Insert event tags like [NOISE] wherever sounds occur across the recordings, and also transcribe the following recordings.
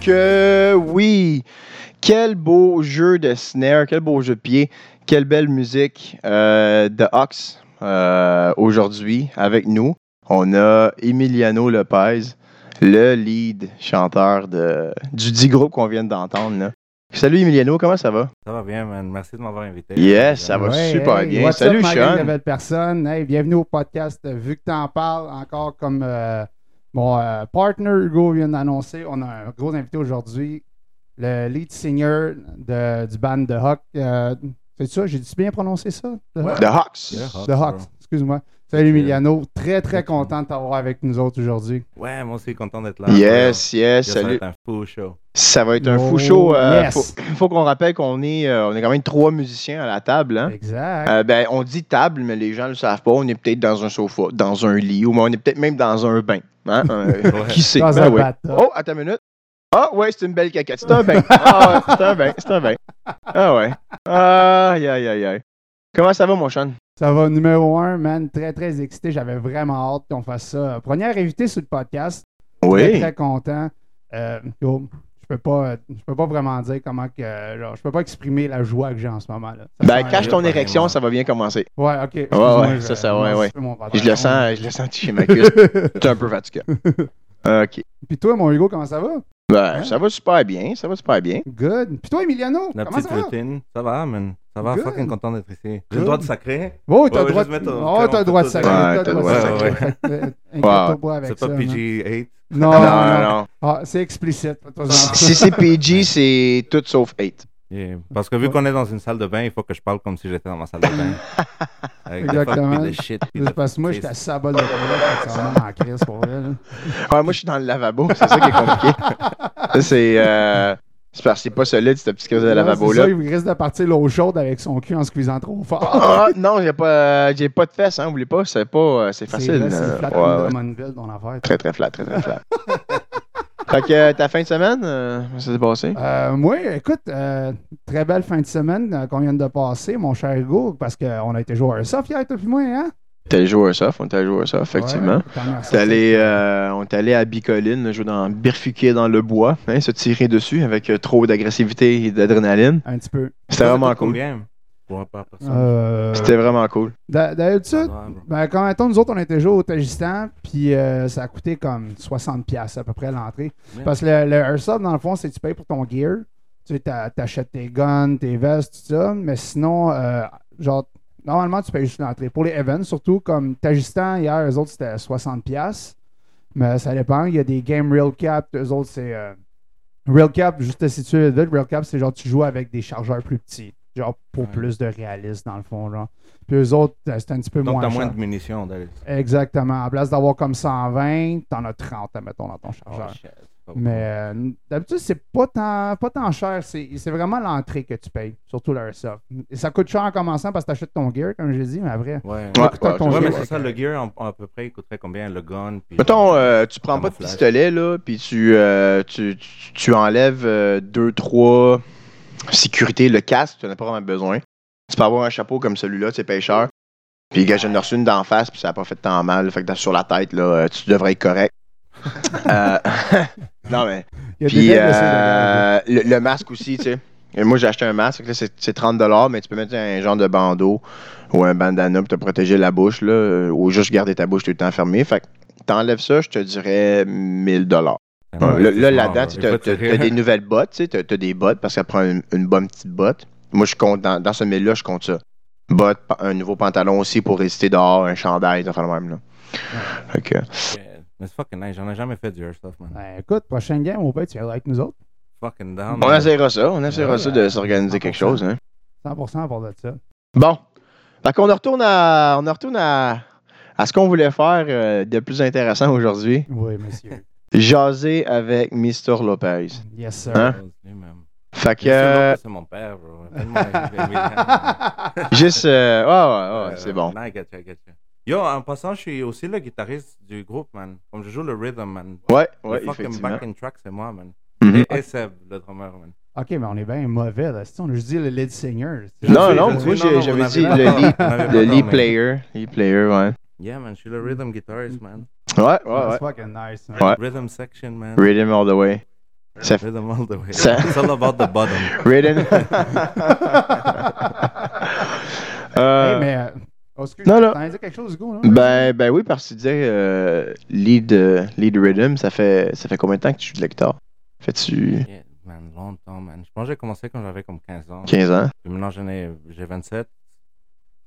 que oui, quel beau jeu de snare, quel beau jeu de pied, quelle belle musique euh, de Ox euh, aujourd'hui avec nous. On a Emiliano Lopez, le lead chanteur de, du dit groupe qu'on vient d'entendre. là. Salut Emiliano, comment ça va? Ça va bien, man. Merci de m'avoir invité. Yes, ça va super bien. what's Salut, up, ma gang Sean. de belles personnes. Hey, bienvenue au podcast. Euh, Vu que t'en parles, encore comme euh, mon euh, partner Hugo vient d'annoncer, on a un gros invité aujourd'hui, le lead singer de- du band The Hawk. Euh, c'est ça, j'ai bien prononcé ça? The Hawk? The Hawks. The Hawks, excuse-moi. Salut, Ok. Emiliano. Très, très content de t'avoir avec nous autres aujourd'hui. Ouais, moi aussi, content d'être là. Yes, yes, Yes, hein. ça va salut. être un fou show. Ça va être un fou Oh, show. euh, yes. faut, faut qu'on rappelle qu'on est, euh, on est quand même trois musiciens à la table. hein. Exact. Euh, ben, on dit table, mais les gens ne le savent pas. On est peut-être dans un sofa, dans un lit, ou on est peut-être même dans un bain. hein, euh, Ouais. Qui sait? Dans Ben un oui. bathtub. Oh, attends une minute. Ah, ouais, c'est une belle caquette. C'est un bain. Ah, ouais, c'est un bain. C'est un bain. Ah, ouais. Ah, aïe, aïe, aïe, aïe. Comment ça va, mon Sean? Ça va, numéro un, man. Très, très excité. J'avais vraiment hâte qu'on fasse ça. Première invité sur le podcast. très, Ben, très content. Euh, yo, je peux pas, euh, je peux pas vraiment dire comment que, euh, genre, je peux pas exprimer la joie que j'ai en ce moment là. Ça Ben, sent- cache ton pareil, érection, moi. ça va bien commencer. Ouais, ok. excuse-moi, ouais, je- ça, ça, ouais, je ouais. fais mon Je le pantalon. sens, je le sens toucher ma [LAUGHS] cuisse. T'es un peu fatigué. OK. Puis toi, mon Hugo, comment ça va? Ben, ça va super bien. Ça va super bien. Good. Puis toi, Emiliano, La comment petite ça va? routine. Ça va, man. Ça va, Good. fucking content d'être ici. J'ai Good. le droit de sacrer. Oh, Ouais, t'as le ouais, droit, juste mettre de... ton- oh, t'as le droit de sacrer. Ouais, t'as le droit de t'as le sacrer. droit de Fait que, euh, inquiète-toi pas avec C'est ça. pas man. PG-8. Non, Non, Oh, non, non, non. Ah, c'est explicite. fais-toi en- Si c'est PG, c'est tout sauf 8. Yeah. Parce que vu Ouais. qu'on est dans une salle de bain, il faut que je parle comme si j'étais dans ma salle de bain. [LAUGHS] Avec Exactement. Des fuck, puis des shit, puis de- Parce que moi, j'étais à sabol de coloc, fait que ça va en crise pour vrai. là. Ah, moi, je suis dans le lavabo, c'est ça qui est [LAUGHS] compliqué. Ça, c'est. euh, c'est parce que c'est pas solide, cette petite crise de Ouais, c'est lavabo-là. ça, il risque de partir l'eau chaude avec son cul en se cuisant trop fort. Ah, non, j'ai pas, euh, j'ai pas de fesses, hein, oubliez pas, c'est pas. euh, c'est C'est facile. vrai, C'est euh, le flat ouais, comme ouais. Drummondville, ton affaire. Très, très flat, très, très flat. [LAUGHS] fait que euh, ta fin de semaine, euh, comment ça s'est passé? Euh, moi, écoute, euh, très belle fin de semaine euh, qu'on vient de passer, mon cher Hugo, parce qu'on a été jouer à Airsoft hier, toi puis moi, hein? T'es allé jouer à ça, on t'a joué à ça, effectivement. Ouais, t'en as ressorti. T'es allé, euh, on est allé à Bicoline, jouer dans Birfuquet dans le bois, hein, se tirer dessus avec euh, trop d'agressivité et d'adrénaline. Un petit peu. C'était vraiment Ça coûte cool. combien? Pour un par personne. Euh, C'était vraiment cool. d'a- D'habitude, Adorable. ben, quand même, nous autres, on était joué au Tajistan, puis euh, ça a coûté comme 60$ à peu près l'entrée. Ouais. Parce que le, le Airsoft, dans le fond, c'est que tu payes pour ton gear. Tu sais, t'a- t'achètes tes guns, tes vestes, tout ça. Mais sinon, euh, genre, normalement, tu payes juste l'entrée. Pour les events, surtout, comme Tajistan, hier, eux autres, c'était 60$. Mais ça dépend. Il y a des games Real Cap, eux autres, c'est. euh, Real Cap, juste te situer le Real Cap, c'est genre, tu joues avec des chargeurs plus petits. Genre, pour Ouais. plus de réalisme, dans le fond, genre. Puis eux autres, euh, c'est un petit peu Donc, t'as moins moins cher. de munitions, Darius. Exactement. En place d'avoir comme 120, t'en as 30, mettons, dans ton chargeur. Oh, shit. Mais euh, d'habitude, c'est pas tant, pas tant cher. C'est c'est vraiment l'entrée que tu payes, surtout l'airsoft. Et ça coûte cher en commençant parce que t'achètes ton gear, comme j'ai dit, mais après. Ouais. Ouais, coûte ton ouais, Ouais, gear, mais c'est c'est ça, correct. le gear, en- en à peu près, il coûterait combien Le gun puis... Mettons, euh, tu prends pas de Camouflage. pistolet, là, puis tu, euh, tu, tu, tu enlèves euh, deux, trois sécurités, le casque, tu n'en as pas vraiment besoin. Tu peux avoir un chapeau comme celui-là, tu es pêcheur. Puis, gars, j'en ai reçu une d'en face, puis ça n'a pas fait tant mal. Fait que dans- sur la tête, là, euh, tu devrais être correct. Euh, [LAUGHS] non, mais. Il y Puis, a gars qui essaient de euh, garder. le, le masque aussi, tu sais. Et moi, j'ai acheté un masque, fait que là, c'est c'est 30$, mais tu peux mettre un genre de bandeau ou un bandana pour te protéger la bouche, là, euh, ou juste garder ta bouche tout le temps fermée. Fait que t'enlèves ça, je te dirais 1000$. Ah, là, c'est là, smart, là-dedans, ouais. tu Il t'as faut t'as- tirer. t'as des nouvelles bottes, tu sais, t'as- t'as des bottes parce qu'elle prend une, une bonne petite botte. Moi, je compte, dans, dans ce mille-là, je compte ça. Bottes, pa- un nouveau pantalon aussi pour résister dehors, un chandail, ça fait le même, là. Fait que- Yeah. [LAUGHS] Mais c'est fucking nice, j'en ai jamais fait du airsoft, man. Ben, écoute, prochaine game, au pire, tu viendras avec nous autres. Fucking down. on man. essaiera ça, on essaiera Ouais, ça ouais, de s'organiser quelque chose, hein. 100% à part de ça. Bon. Fait qu'on en retourne à, on en retourne à, à ce qu'on voulait faire euh, de plus intéressant aujourd'hui. Oui, monsieur. Jaser avec Mr. Lopez. yes, sir. Hein? Lui-même. Fait que... C'est euh, mon- c'est mon père, bro. [LAUGHS] Tellement- juste... euh, ouais, ouais, ouais, Euh, c'est bon. non, I get you, I get you. Yo, en passant, je suis aussi le guitariste du groupe, man. Comme je joue le rhythm, man. Ouais, ouais, le fucking effectivement. backing track, c'est moi, man. Mhm. Et, et Seb, le drummer, man. [LAUGHS] ok, mais on est bien mauvais, là. Si on a juste dit le lead singer. c'est- Non, Je sais, non, je sais, moi, j'ai- non, j'avais on dit n'avait le pas lead- tort, on n'avait Le pas tort, lead mais- player. Lead player, ouais. Yeah, man, je suis le rhythm guitarist, man. Ouais, ouais, That's ouais. fucking nice. hein. Ouais. Rhythm section, man. Rhythm all the way. Ça- Rhythm all the way. Ça- It's all about the bottom. Raiden. [LAUGHS] Euh, Hey, mais. euh, oh, excuse, Non, non, là. T'en as dit quelque chose, Hugo, là? ben, ben oui, parce que tu disais euh, lead, euh, lead rhythm, ça fait, ça fait combien de temps que tu joues de la guitare? Fais-tu Yeah, man, longtemps, man. Je pense que j'ai commencé quand j'avais comme 15 ans. 15 ans? Puis maintenant, j'en ai- j'ai 27,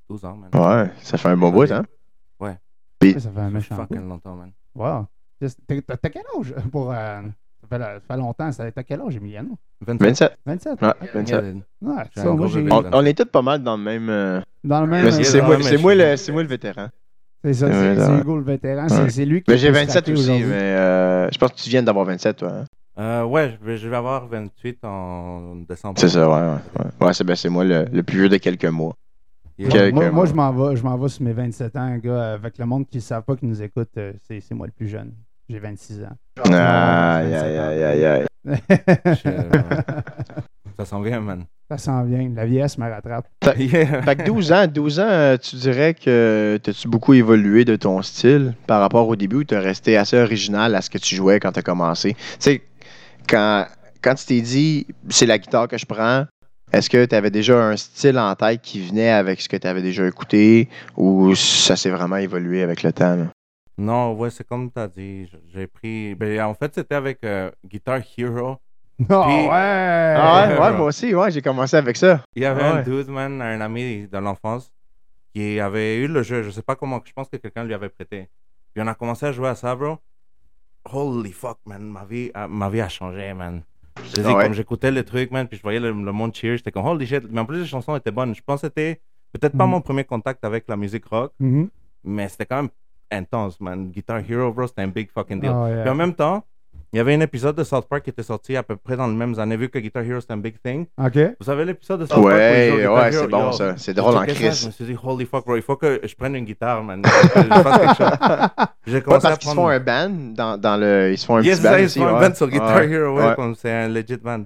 12 ans, man. Ouais, ça fait un bon bout, hein? Ça fait un Ça fait méchant. bout. fucking longtemps, man. Wow. Juste- T'as t'as quel âge pour. euh, ça, fait, ça fait longtemps. ça- T'as quel âge, Emiliano? 27. 27. 27. Ouais, Yeah, 27. dude. Ouais, J'ai ça, un moi, gros j'ai. bébé. On, on est tous pas mal dans le même. euh, Dans le même. mais c'est- c'est- yeah, c'est dans moi, la même c'est moi le, chose. c'est moi le vétéran. C'est ça, Ouais, c'est ouais. c'est Hugo le vétéran. C'est Ouais. c'est lui qui. Mais j'ai peut se 27 rappeler aussi, aujourd'hui. mais euh, je pense que tu viens d'avoir 27, toi. hein? Euh, ouais, je vais, je vais avoir 28 en décembre. C'est ça, ouais, ouais. ouais. Ouais, c'est ben, c'est moi le, le plus vieux de quelques mois. Yeah. Quel- Moi, quelqu'un, moi, moi. je m'en vais, je m'en vais sur mes 27 ans, gars, avec le monde qui ne savent pas, qui nous écoute, euh, c'est, c'est moi le plus jeune. J'ai 26 ans. Aïe, aïe, aïe, aïe, aïe. Ça s'en vient, man. [LAUGHS] ça s'en vient. La vieillesse me rattrape. [LAUGHS] Yeah. Fait que 12 ans, 12 ans, euh, tu dirais que euh, t'as-tu beaucoup évolué de ton style par rapport au début ou t'as resté assez original à ce que tu jouais quand t'as commencé? Tu sais, quand, quand tu t'es dit c'est la guitare que je prends, est-ce que t'avais déjà un style en tête qui venait avec ce que t'avais déjà écouté ou ça s'est vraiment évolué avec le temps? là? Non, ouais, c'est comme t'as dit. j- J'ai pris. Ben, en fait, c'était avec euh, Guitar Hero. Oh, Puis- ouais! Ah ouais, Euh, ouais, moi aussi, ouais, j'ai commencé avec ça. Il y avait Ah un ouais. dude, man, un ami de l'enfance, qui avait eu le jeu. Je sais pas comment, je pense que quelqu'un lui avait prêté. Puis on a commencé à jouer à ça, bro. Holy fuck, man, ma vie a, ma vie a changé, man. Je te dis, Ah ouais. comme j'écoutais le truc, man, puis je voyais le, le monde cheer, j'étais comme holy shit. Mais en plus, les chansons étaient bonnes. Je pense que c'était peut-être pas Mhm. mon premier contact avec la musique rock, Mhm. mais c'était quand même intense, man. Guitar Hero, bro, c'était un big fucking deal. Ah, ouais. Puis en même temps, il y avait un épisode de South Park qui était sorti à peu près dans les mêmes années, vu que Guitar Hero, c'était un big thing. OK. Vous savez l'épisode Ah, de South Park où ils jouent Ouais, Guitar ouais, Hero? c'est bon Yo, ça. C'est j'ai drôle en checké ça, Je crise. me suis dit, holy fuck, bro, il faut que je prenne une guitare, man. Je fasse quelque chose. [LAUGHS] J'ai Ouais, commencé à parce qu'ils se prendre... font un ban dans, dans le. Ils se font un Yes, petit c'est ban. ça, ils aussi, font un ouais. band sur Guitar Ouais. Hero, ouais, Ouais. comme c'est un legit band.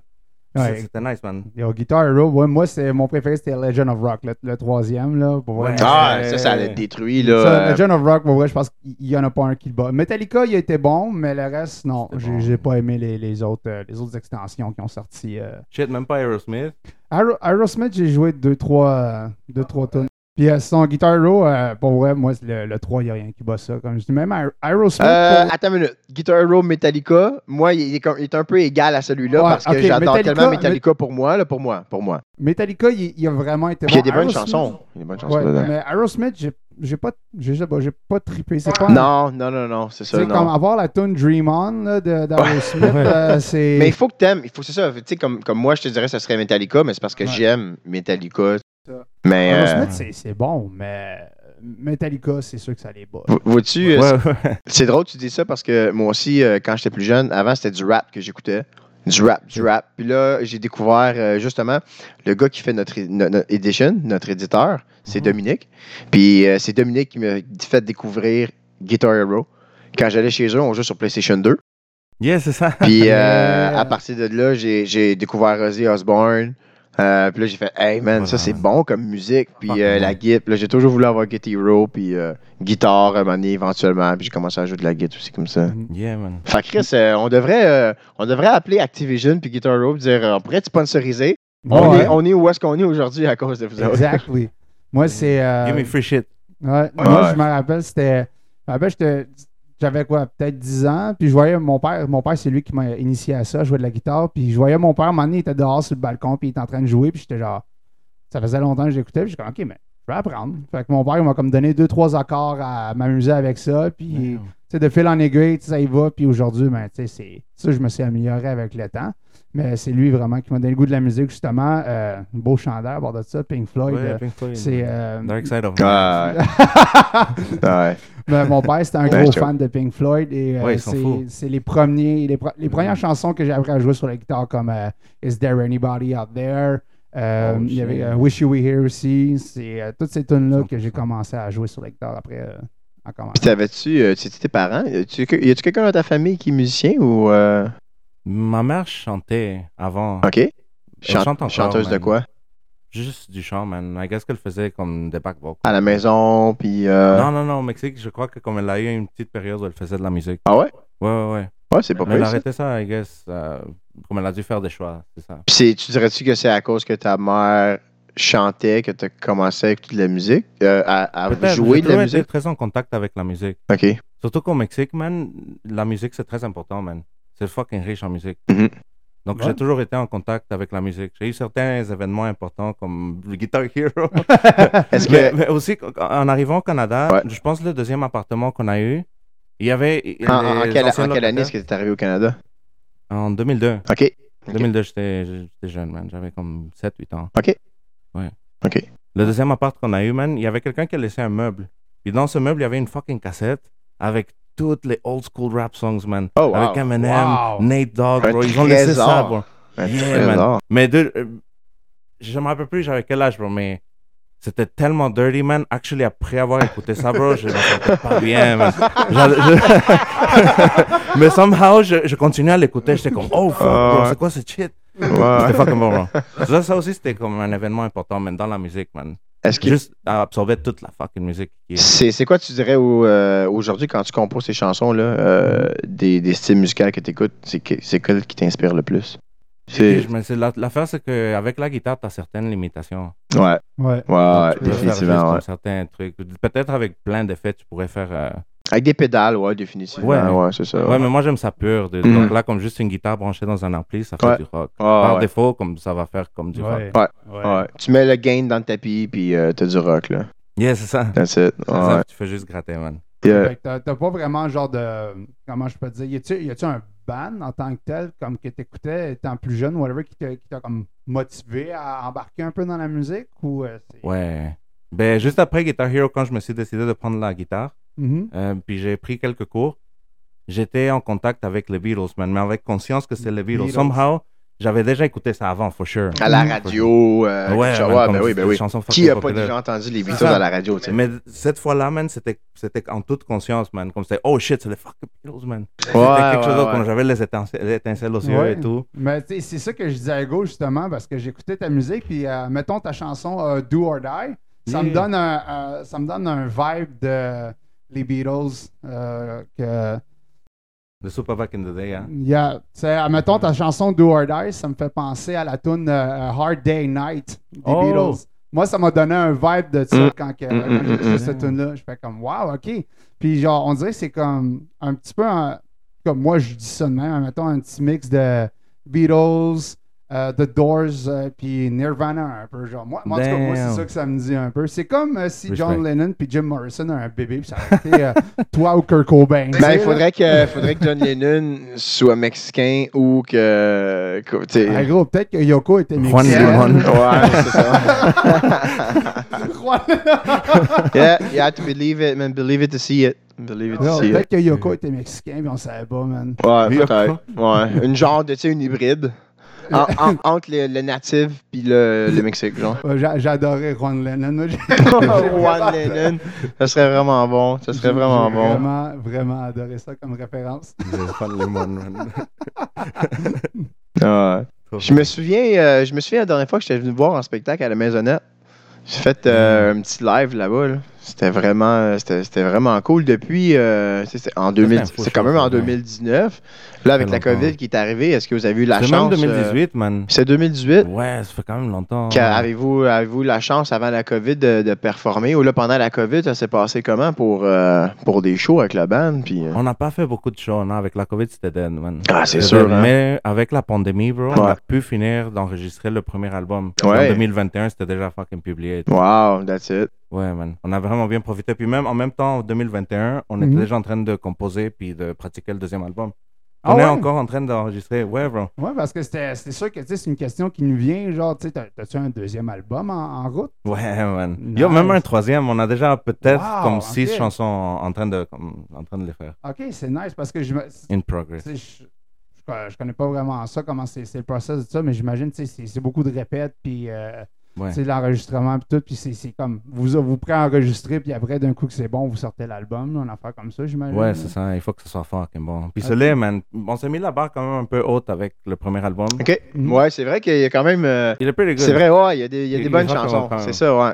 C'est- Ouais. C'était nice, man. Yo, Guitar Hero, ouais, moi, c'est, mon préféré, c'était Legend of Rock, le, le troisième. Là, pour vrai. Ouais. Ah, Euh, ça, ça l'a détruit, Ça, là. Legend of Rock, pour vrai, je pense qu'il n'y en a pas un qui le bat. Metallica, il a été bon, mais le reste, non. C'était J'ai, bon. j'ai pas aimé les, les autres, euh, les autres extensions qui ont sorti. euh, Shit, même pas Aerosmith. Aero- Aerosmith, j'ai joué 2-3 tonnes. Puis euh, son Guitar Hero, euh, pour vrai, moi, le, le 3, il n'y a rien qui bat ça. Comme je dis, même Aer- Aerosmith. Euh, pour- attends une minute. Guitar Hero Metallica, moi, il est, comme- il est un peu égal à celui-là Ouais, parce que ok, j'adore Metallica, tellement Metallica pour moi, là, pour moi, pour moi. Metallica, il, il a vraiment été Puis il y a bon. des bonnes Aerosmith- chansons. Il y a des bonnes chansons Ouais, dedans. mais Aerosmith, j'ai j'ai pas, j'ai j'ai pas, j'ai pas trippé. C'est pas. Non, non, non, non, c'est ça, C'est non. comme avoir la tune Dream On là, [LAUGHS] de- d'Aerosmith, euh, c'est. Mais il faut que t'aimes, il faut c'est ça. Tu sais, comme, comme moi, je te dirais, ce serait Metallica, mais c'est parce que Ouais. j'aime Metallica. Ça. Ah, Mais euh, Aerosmith, c'est- c'est bon, mais Metallica, c'est sûr que ça les bat. vo- vois-tu, euh, Ouais, ouais. [LAUGHS] C'est drôle, que tu dis ça parce que moi aussi, euh, quand j'étais plus jeune, avant c'était du rap que j'écoutais. Du rap, du rap. Puis là, j'ai découvert euh, justement le gars qui fait notre, é- no- notre edition, notre éditeur, c'est Mhm. Dominique. Puis euh, c'est Dominique qui m'a fait découvrir Guitar Hero. Quand j'allais chez eux, on jouait sur PlayStation 2. Yeah, c'est ça. [LAUGHS] Puis euh, Yeah. à partir de là, j'ai j'ai découvert Ozzy Osbourne. Euh, puis là, j'ai fait, hey man, ça c'est bon comme musique. Puis euh, la guitare, Puis là, j'ai toujours voulu avoir Guitar Hero, puis euh, guitare à un moment donné, éventuellement. Puis j'ai commencé à jouer de la guitare aussi comme ça. Yeah, man. Fait que Chris, euh, on, devrait, euh, on devrait appeler Activision puis Guitar Hero et dire euh, on pourrait te sponsoriser. On, Ouais. est, on est où est-ce qu'on est aujourd'hui à cause de vous autres. Exactly. Moi, c'est. euh, Give me free shit. Ouais. Moi, Ouais. je me rappelle, c'était. Je me rappelle, j'étais- J'avais quoi, peut-être 10 ans, puis je voyais mon père, mon père c'est lui qui m'a initié à ça, jouer de la guitare, puis je voyais mon père, un moment donné, il était dehors sur le balcon, puis il était en train de jouer, puis j'étais genre, ça faisait longtemps que j'écoutais, puis j'étais comme, ok, mais je vais apprendre. Fait que mon père, il m'a comme donné deux, trois accords à m'amuser avec ça, puis tu sais, de fil en aiguille, tu sais, ça y va, puis aujourd'hui, ben, tu sais, c'est ça, je me suis amélioré avec le temps, mais c'est lui vraiment qui m'a donné le goût de la musique, justement, euh, beau chandail à bord de ça, Pink Floyd, Ouais, euh, Pink Floyd. c'est... euh, Dark Side of Ah, ouais. [LAUGHS] Ben, mon père, c'était un Ouais, gros je- fan de Pink Floyd et euh, Ouais, ils sont c'est, fous. c'est les, premiers, les, pre- les premières chansons que j'ai appris à jouer sur la guitare comme euh, Is There Anybody Out There? Euh, Oh, il y avait shit. euh, Wish You Were Here aussi. C'est euh, toutes ces tunes-là que j'ai 100%. commencé à jouer sur la guitare après euh, en commençant. Puis t'avais-tu, euh, tu sais, tes parents, y a-tu que- y a-tu quelqu'un dans ta famille qui est musicien ou. euh, Ma mère chantait avant. Ok. Elle Euh, chante encore, chanteuse de man. quoi Juste du chant, man. I guess qu'elle faisait comme des back vocals. À la maison, puis. euh, Non, non, non, au Mexique, je crois que comme elle a eu une petite période où elle faisait de la musique. Ah ouais Ouais, ouais, ouais. Ouais, c'est pas Mais elle possible. arrêtait ça, I guess, euh, comme elle a dû faire des choix, c'est ça. Puis c'est- tu dirais-tu que c'est à cause que ta mère chantait que tu as commencé à écouter de la musique, euh, à, à Peut-être, jouer j'ai de la toujours été musique? très en contact avec la musique. OK. Surtout qu'au Mexique, man, la musique, c'est très important, man. C'est fucking riche en musique. Mhm. Donc, Ouais. j'ai toujours été en contact avec la musique. J'ai eu certains événements importants comme le Guitar [LAUGHS] Hero. Est-ce que... mais, mais aussi, qu- en arrivant au Canada, Ouais. je pense le deuxième appartement qu'on a eu, il y avait. En, Ah, en les quelle, en anciens quelle année locataires. est-ce que tu es arrivé au Canada? En 2002. OK. Ok. 2002, j'étais j'étais jeune, man. J'avais comme 7-8 ans. Ok. Ouais. Ok. Le deuxième appart qu'on a eu, man, il y avait quelqu'un qui a laissé un meuble. Puis dans ce meuble, il y avait une fucking cassette avec toutes les old school rap songs, man. Oh, wow. Avec Eminem, Wow. Nate Dogg, Un bro. Ils ont laissé ça, trésor. bro. Un Yeah, trésor. [LAUGHS] man. Mais de, euh, je me rappelle plus j'avais quel âge, bro, mais c'était tellement dirty, man. Actually, après avoir écouté ça, bro, je me sentais pas bien, man. J'allais- je- [LAUGHS] mais somehow, je, je continuais à l'écouter. J'étais comme, oh fuck, Ah, bro, ouais. c'est quoi ce shit? Ouais. [LAUGHS] C'était fucking bon, bro. Ça, ça aussi, c'était comme un événement important, man, dans la musique, man. Est-ce que Juste à absorber toute la fucking musique. qui est- c'est c'est quoi tu dirais au- euh, aujourd'hui quand tu composes ces chansons là des, des styles musicaux que tu écoutes, c'est que- c'est quel qui t'inspire le plus C'est Mais c'est la- l'affaire, c'est qu'avec la guitare, t'as certaines limitations. ouais, ouais, Ouais. ouais, Tu peux faire juste définitivement comme ouais. certains trucs. Peut-être avec plein d'effets, tu pourrais faire. euh, Avec des pédales, ouais, définitivement. Ouais. Ouais, c'est ça. Ouais, mais moi j'aime ça pur. de- Mhm. Donc là, comme juste une guitare branchée dans un ampli, ça fait Ouais. du rock. Ah, Par ouais. défaut, comme ça va faire comme du rock. Ouais. Tu mets le gain dans le tapis puis euh, t'as du rock là. Yeah, c'est ça. That's it. C'est ça, Ouais. euh, tu fais juste gratter, man. Yeah. Fait que t'as- T'as pas vraiment genre de. Comment je peux te dire Y a-tu- y a-tu un band en tant que tel, comme que t'écoutais étant plus jeune, whatever, qui t'a qui t'a comme motivé à embarquer un peu dans la musique ou euh, c'est- Ouais. Ben, juste après Guitar Hero, quand je me suis décidé de prendre la guitare, Mhm. euh, puis j'ai pris quelques cours, j'étais en contact avec les Beatles, man, mais avec conscience que c'est les Beatles. Beatles. Somehow, j'avais déjà écouté ça avant, for sure. À la radio, euh, Ouais, genre, man, ouais, comme ben oui, ben des oui. chansons Qui a fucking pas populaires. déjà entendu les Beatles ça. à la radio, tu sais? Mais cette fois-là, man, c'était c'était en toute conscience, man. Comme c'était, oh shit, c'est les fucking Beatles, man. Ouais, c'était quelque ouais, chose d'autre, ouais. comme j'avais les étincelles, les étincelles aux yeux Ouais. et tout. Mais tu sais, c'est ça que je disais à Hugo justement, parce que j'écoutais ta musique, puis euh, mettons ta chanson euh, Do or Die, ça, me Yeah. donne un, euh, ça me donne un vibe de les Beatles. euh, que, Le Super Back in the [LAUGHS] Day, hein. Euh, yeah. Tu sais, mettons ta chanson Do or Die, ça me fait penser à la tune euh, Hard Day Night des Oh. Beatles. Moi, ça m'a donné un vibe de ça Mm. quand, que- Mm, quand mm, j'ai écouté mm, cette mm. tune-là. Je fais comme, wow, ok. Puis genre, on dirait que c'est comme un petit peu un- comme moi, je dis ça de même, mettons un petit mix de Beatles, euh, The Doors, euh, puis Nirvana un peu. Genre, moi, moi, en tout cas, moi, c'est Damn. ça que ça me dit un peu. C'est comme euh, si Respect. John Lennon puis Jim Morrison ont un bébé, puis ça a été euh, [LAUGHS] toi ou Kurt Cobain. tu Ben, sais, il là. faudrait que, faudrait que John Lennon soit mexicain ou que. que tu sais- En Ah, gros, peut-être que Yoko était Juan mexicaine. [LAUGHS] Lemon. Ouais, c'est ça. Juan- yeah, you have to believe it, man. Believe it to see it. Believe it to Non, see it. Peut-être que Yoko était mexicain, puis on savait pas, man. Ouais, Yoko. peut-être. [LAUGHS] Ouais. Une genre de, tu sais, une hybride. En- en- entre le, le natif puis le, le Mexique, [LAUGHS] genre. Ouais, Oh, j'a- J'adorais Juan Lennon. [LAUGHS] J'ai [LAUGHS] Juan Lennon. Ça serait vraiment bon. Ça serait vraiment j'ai bon. Vraiment, vraiment adoré ça comme référence. Ouais. Je me souviens, euh, je me souviens la dernière fois que j'étais venu te voir en spectacle à la Maisonnette. J'ai fait euh, Mm. un petit live là-bas. là. C'était vraiment, euh, c'était c'était vraiment cool. Depuis, euh, c'est- c'est en 2000, un faux c'est quand show, même en ça, ouais. 2019. Là, avec fait la longtemps. COVID qui est arrivée, est-ce que vous avez eu la C'est même chance euh, 2018, man. C'est 2018. Ouais, ça fait quand même longtemps. Qu'a- Avez-vous avez la chance avant la COVID de, de performer ou là pendant la COVID, ça s'est passé comment pour, euh, pour des shows avec la band puis euh, On n'a pas fait beaucoup de shows, non. Avec la COVID, c'était dead, man. Ah, c'est C'était sûr. dead, hein. Mais avec la pandémie, bro, on Ouais. a pu finir d'enregistrer le premier album. Ouais. En 2021, c'était déjà fucking publié. Wow, that's it. Ouais, man. On a vraiment bien profité. Puis même, en même temps, en 2021, on Mhm. était déjà en train de composer puis de pratiquer le deuxième album. Ah on ouais? est encore en train d'enregistrer. Ouais, bro. [LAUGHS] Ouais, parce que c'était c'était sûr que tu sais, c'est une question qui nous vient, genre, tu sais, t'as- t'as-tu un deuxième album en, en route? Ouais, man. Yo, même Nice. un troisième, on a déjà peut-être Wow, comme six ok. chansons en en train, de, comme, en train de les faire. Ok, c'est nice parce que je me. tu In progress. sais, Je, je co- je connais pas vraiment ça, comment c'est c'est le process de ça, mais j'imagine tu sais, c'est c'est beaucoup de répètes, puis euh, Ouais. tu sais, l'enregistrement, puis tout, puis c'est c'est comme vous vous pré-enregistrez, puis après, d'un coup que c'est bon, vous sortez l'album, on en fait comme ça, j'imagine. Ouais, c'est ça. Il faut que ce soit fort, bon. Puis Ok. celui man, on s'est mis la barre quand même un peu haute avec le premier album. OK. Mhm. Ouais, c'est vrai qu'il y a quand même. euh, Il est pretty good. c'est vrai, ouais, il y a des, il y a Mm. Il- des il bonnes va quand chansons. même, quand C'est même. ça, ouais.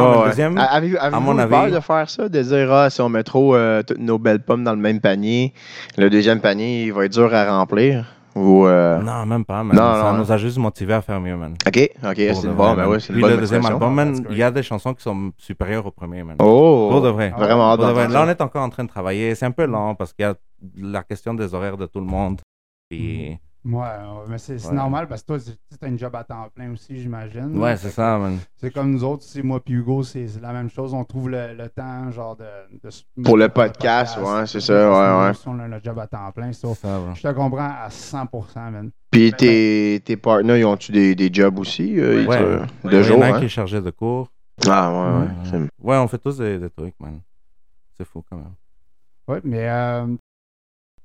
Ouais, mais ouais. le deuxième, A- Avez-vous avez mon peur avis- de faire ça, de dire ah, si on met trop euh, toutes nos belles pommes dans le même panier, le deuxième panier il va être dur à remplir? Ou, euh, Non, même pas, man. Non, ça non, nous a juste motivés à faire mieux, man. Ok, ok, Pour c'est de une vrai, bonne, ben man. ouais, c'est une Puis bonne le deuxième expression. album, man, That's great. il y a des chansons qui sont supérieures au premier, man. Pour de Oh, vrai. vraiment hâte Pour de vrai. d'entendre Là, ça. on est encore en train de travailler. C'est un peu lent parce qu'il y a la question des horaires de tout le monde. Puis... Ouais, ouais, mais c'est c'est Ouais. normal parce que toi, c'est- tu as une job à temps plein aussi, j'imagine. Ouais, c'est ça, man. C'est comme nous autres, c'est moi puis Hugo, c'est c'est la même chose. On trouve le, le temps, genre, de. de se- Pour le podcast, ouais, c'est ça, ouais, ouais. Si on a notre job à temps plein, C'est sauf. ça, man. Je te comprends à 100%, man. Puis tes, tes partenaires, ils ont-tu des, des jobs aussi euh, ils Ouais. tra- Il De y en jour, a un hein? qui est chargé de cours. Ah, ouais, ouais. Ouais. c'est- Ouais, on fait tous des, des trucs, man. C'est fou, quand même. Ouais, mais. euh,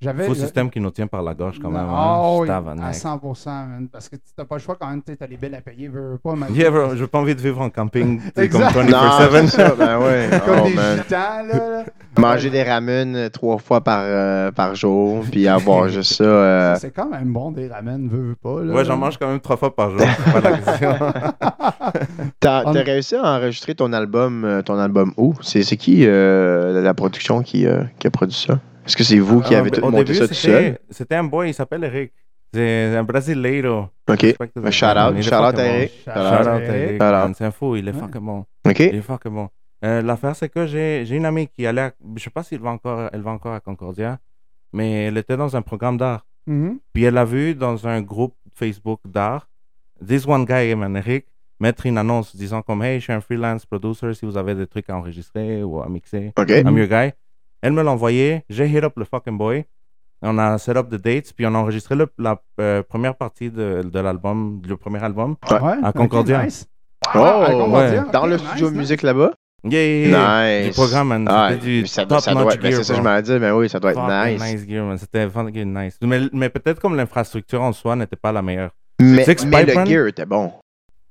J'avais. Faux je- système qui nous tient par la gorge, quand même. hein. Ah, oui, à Tabarnak. 100%, man. Parce que tu n'as pas le choix quand même, tu as les billes à payer, veux, veux pas, mais. Yeah, bro, j'ai pas envie de vivre en [LAUGHS] camping tu sais, comme Exact. Non, c'est 24-7. ça, ben [LAUGHS] ouais. Comme Oh, des man. gitans, là. là. Manger des ramen euh, trois fois par, euh, par jour, puis avoir [LAUGHS] juste ça. [LAUGHS] euh, C'est quand même bon des ramen, veux, veux pas. Là. Ouais, j'en [LAUGHS] mange quand même trois [LAUGHS] fois par jour. c'est pas la question. T'as On- t'as réussi à enregistrer ton album, euh, ton album où C'est c'est qui euh, la production qui, euh, qui a produit ça Est-ce que c'est vous qui Ah, avez ben, tout au monté début, ça tout c'était- seul C'était un boy, il s'appelle Eric. C'est un brasileiro. Ok. Je sais pas que Ben, shout out, Il est shout out fucking à Eric. Shout bon. Shout out à Eric. Shout out. man, C'est un fou, il est Ouais. fucking bon. Ok. Il est fucking bon. Euh, L'affaire, c'est que j'ai j'ai une amie qui allait, à- je sais pas si elle va encore, elle va encore à Concordia, mais elle était dans un programme d'art. Mhm. Puis elle a vu dans un groupe Facebook d'art, this one guy, man, Eric, mettre une annonce disant comme, hey, je suis un freelance producer, si vous avez des trucs à enregistrer ou à mixer, Ok. I'm your guy. Elle me l'a envoyé, j'ai hit up le fucking boy. On a set up the dates, puis on a enregistré le- la euh, première partie de, de l'album, le premier album. Ouais. Ouais, À ok, Concordia. nice. Oh, Ah, à ouais. ok, Dans le nice, studio nice. musique là-bas Yeah, yeah, yeah. Nice. Du programme, man. Ah, C'était du ça, doit- ça top-notch doit être. ben, gear, C'est ça, je bro. m'en dis, mais oui, ça doit être Fucking nice. gear, man. C'était fucking nice. Mais, mais peut-être comme l'infrastructure en soi n'était pas la meilleure. Mais, Six mais le Pipe Man? gear était bon.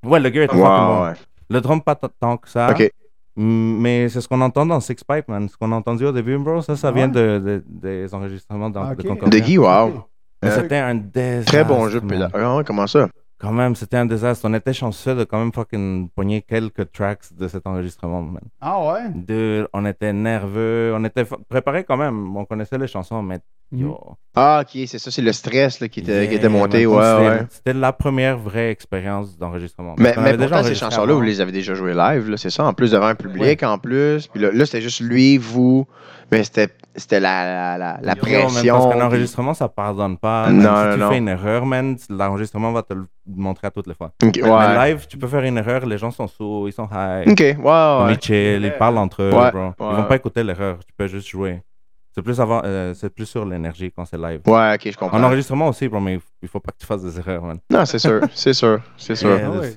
Ouais, le gear était Ouais, fucking bon. ouais. Le drum, pas t- tant que ça. Ok. Mm, Mais c'est ce qu'on entend dans Six Pipe, man. Ce qu'on a entendu au début, bro, ça, ça Ah vient ouais? Ah, de, de- des enregistrements dans, Ok. de Concordia. De Guy, wow. Ok. Mais Euh, C'était un désastre. Très bon jeu. puis là- man. Ah, ouais, comment ça Quand même, c'était un désastre. On était chanceux de quand même fucking pogner quelques tracks de cet enregistrement, man. Ah ouais? Dude, on était nerveux, on était fa- préparé quand même. On connaissait les chansons, mais Mhm. yo. Ah, ok, c'est ça, c'est le stress là, qui, était, qui yeah, était monté. man, Ouais, c'était- ouais. C'était la première vraie expérience d'enregistrement. Mais, Parce qu'on mais avait déjà pourtant, ces enregistré chansons-là, vous avant. les avez déjà jouées live, là, c'est ça, en plus devant un public, en plus. Puis là, là, c'était juste lui, vous, mais c'était c'était la, la, la, la Yo, man, pression. parce qu'un puis- enregistrement, ça pardonne pas. Non, man. si non, tu non. fais une erreur, man, l'enregistrement va te le montrer à toutes les fois. Ok, Mais ouais. live, tu peux faire une erreur, les gens sont sous, ils sont high, Ok, ouais, ouais, ouais. ils chill, ils parlent entre eux, Ouais, bro. ouais. Ils vont pas écouter l'erreur, tu peux juste jouer. C'est plus, avant, euh, c'est plus sur l'énergie quand c'est live. Ouais, ok, je En comprends. enregistrement aussi, bro, mais il faut- il faut pas que tu fasses des erreurs, man. Non, c'est sûr, c'est sûr, c'est sûr. Yeah. Ah ouais.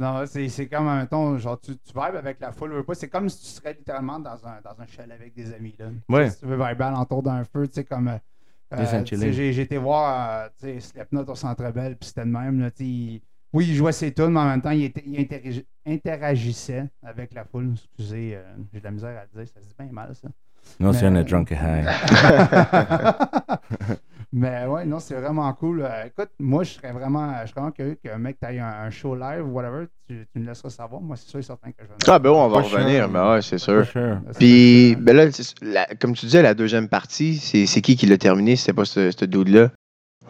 Non, c'est c'est comme un ton, genre tu, tu vibes avec la foule, veux pas. C'est comme si tu serais littéralement dans un, dans un chalet avec des amis. Là. Ouais. Si tu veux viber alentour d'un feu, tu sais, comme. euh, Des euh, tu enchilés. sais, J'ai j'ai été voir euh, tu sais, Slipknot au Centre Bell, puis c'était de même. Là, tu sais, il- oui, il jouait ses tunes, mais en même temps, il, était- il interagi- interagissait avec la foule. Excusez, euh, j'ai de la misère à le dire, ça se dit bien [LAUGHS] mal, ça. [LAUGHS] Non, Mais- si on est drunk et high. Mais ouais, non, c'est vraiment cool. Euh, écoute, moi, je serais vraiment, je serais vraiment curieux que, mec, t'ailles un, un show live ou whatever. Tu, tu me laisseras savoir. Moi, c'est sûr et certain que je vais. Ah, ben ouais, on va Pas cher. revenir, ben ouais, c'est sûr. Sure. Ça, c'est Puis, sûr. ben là, c'est- la- comme tu disais, la deuxième partie, c'est c'est qui qui l'a terminé C'était pas ce, ce dude-là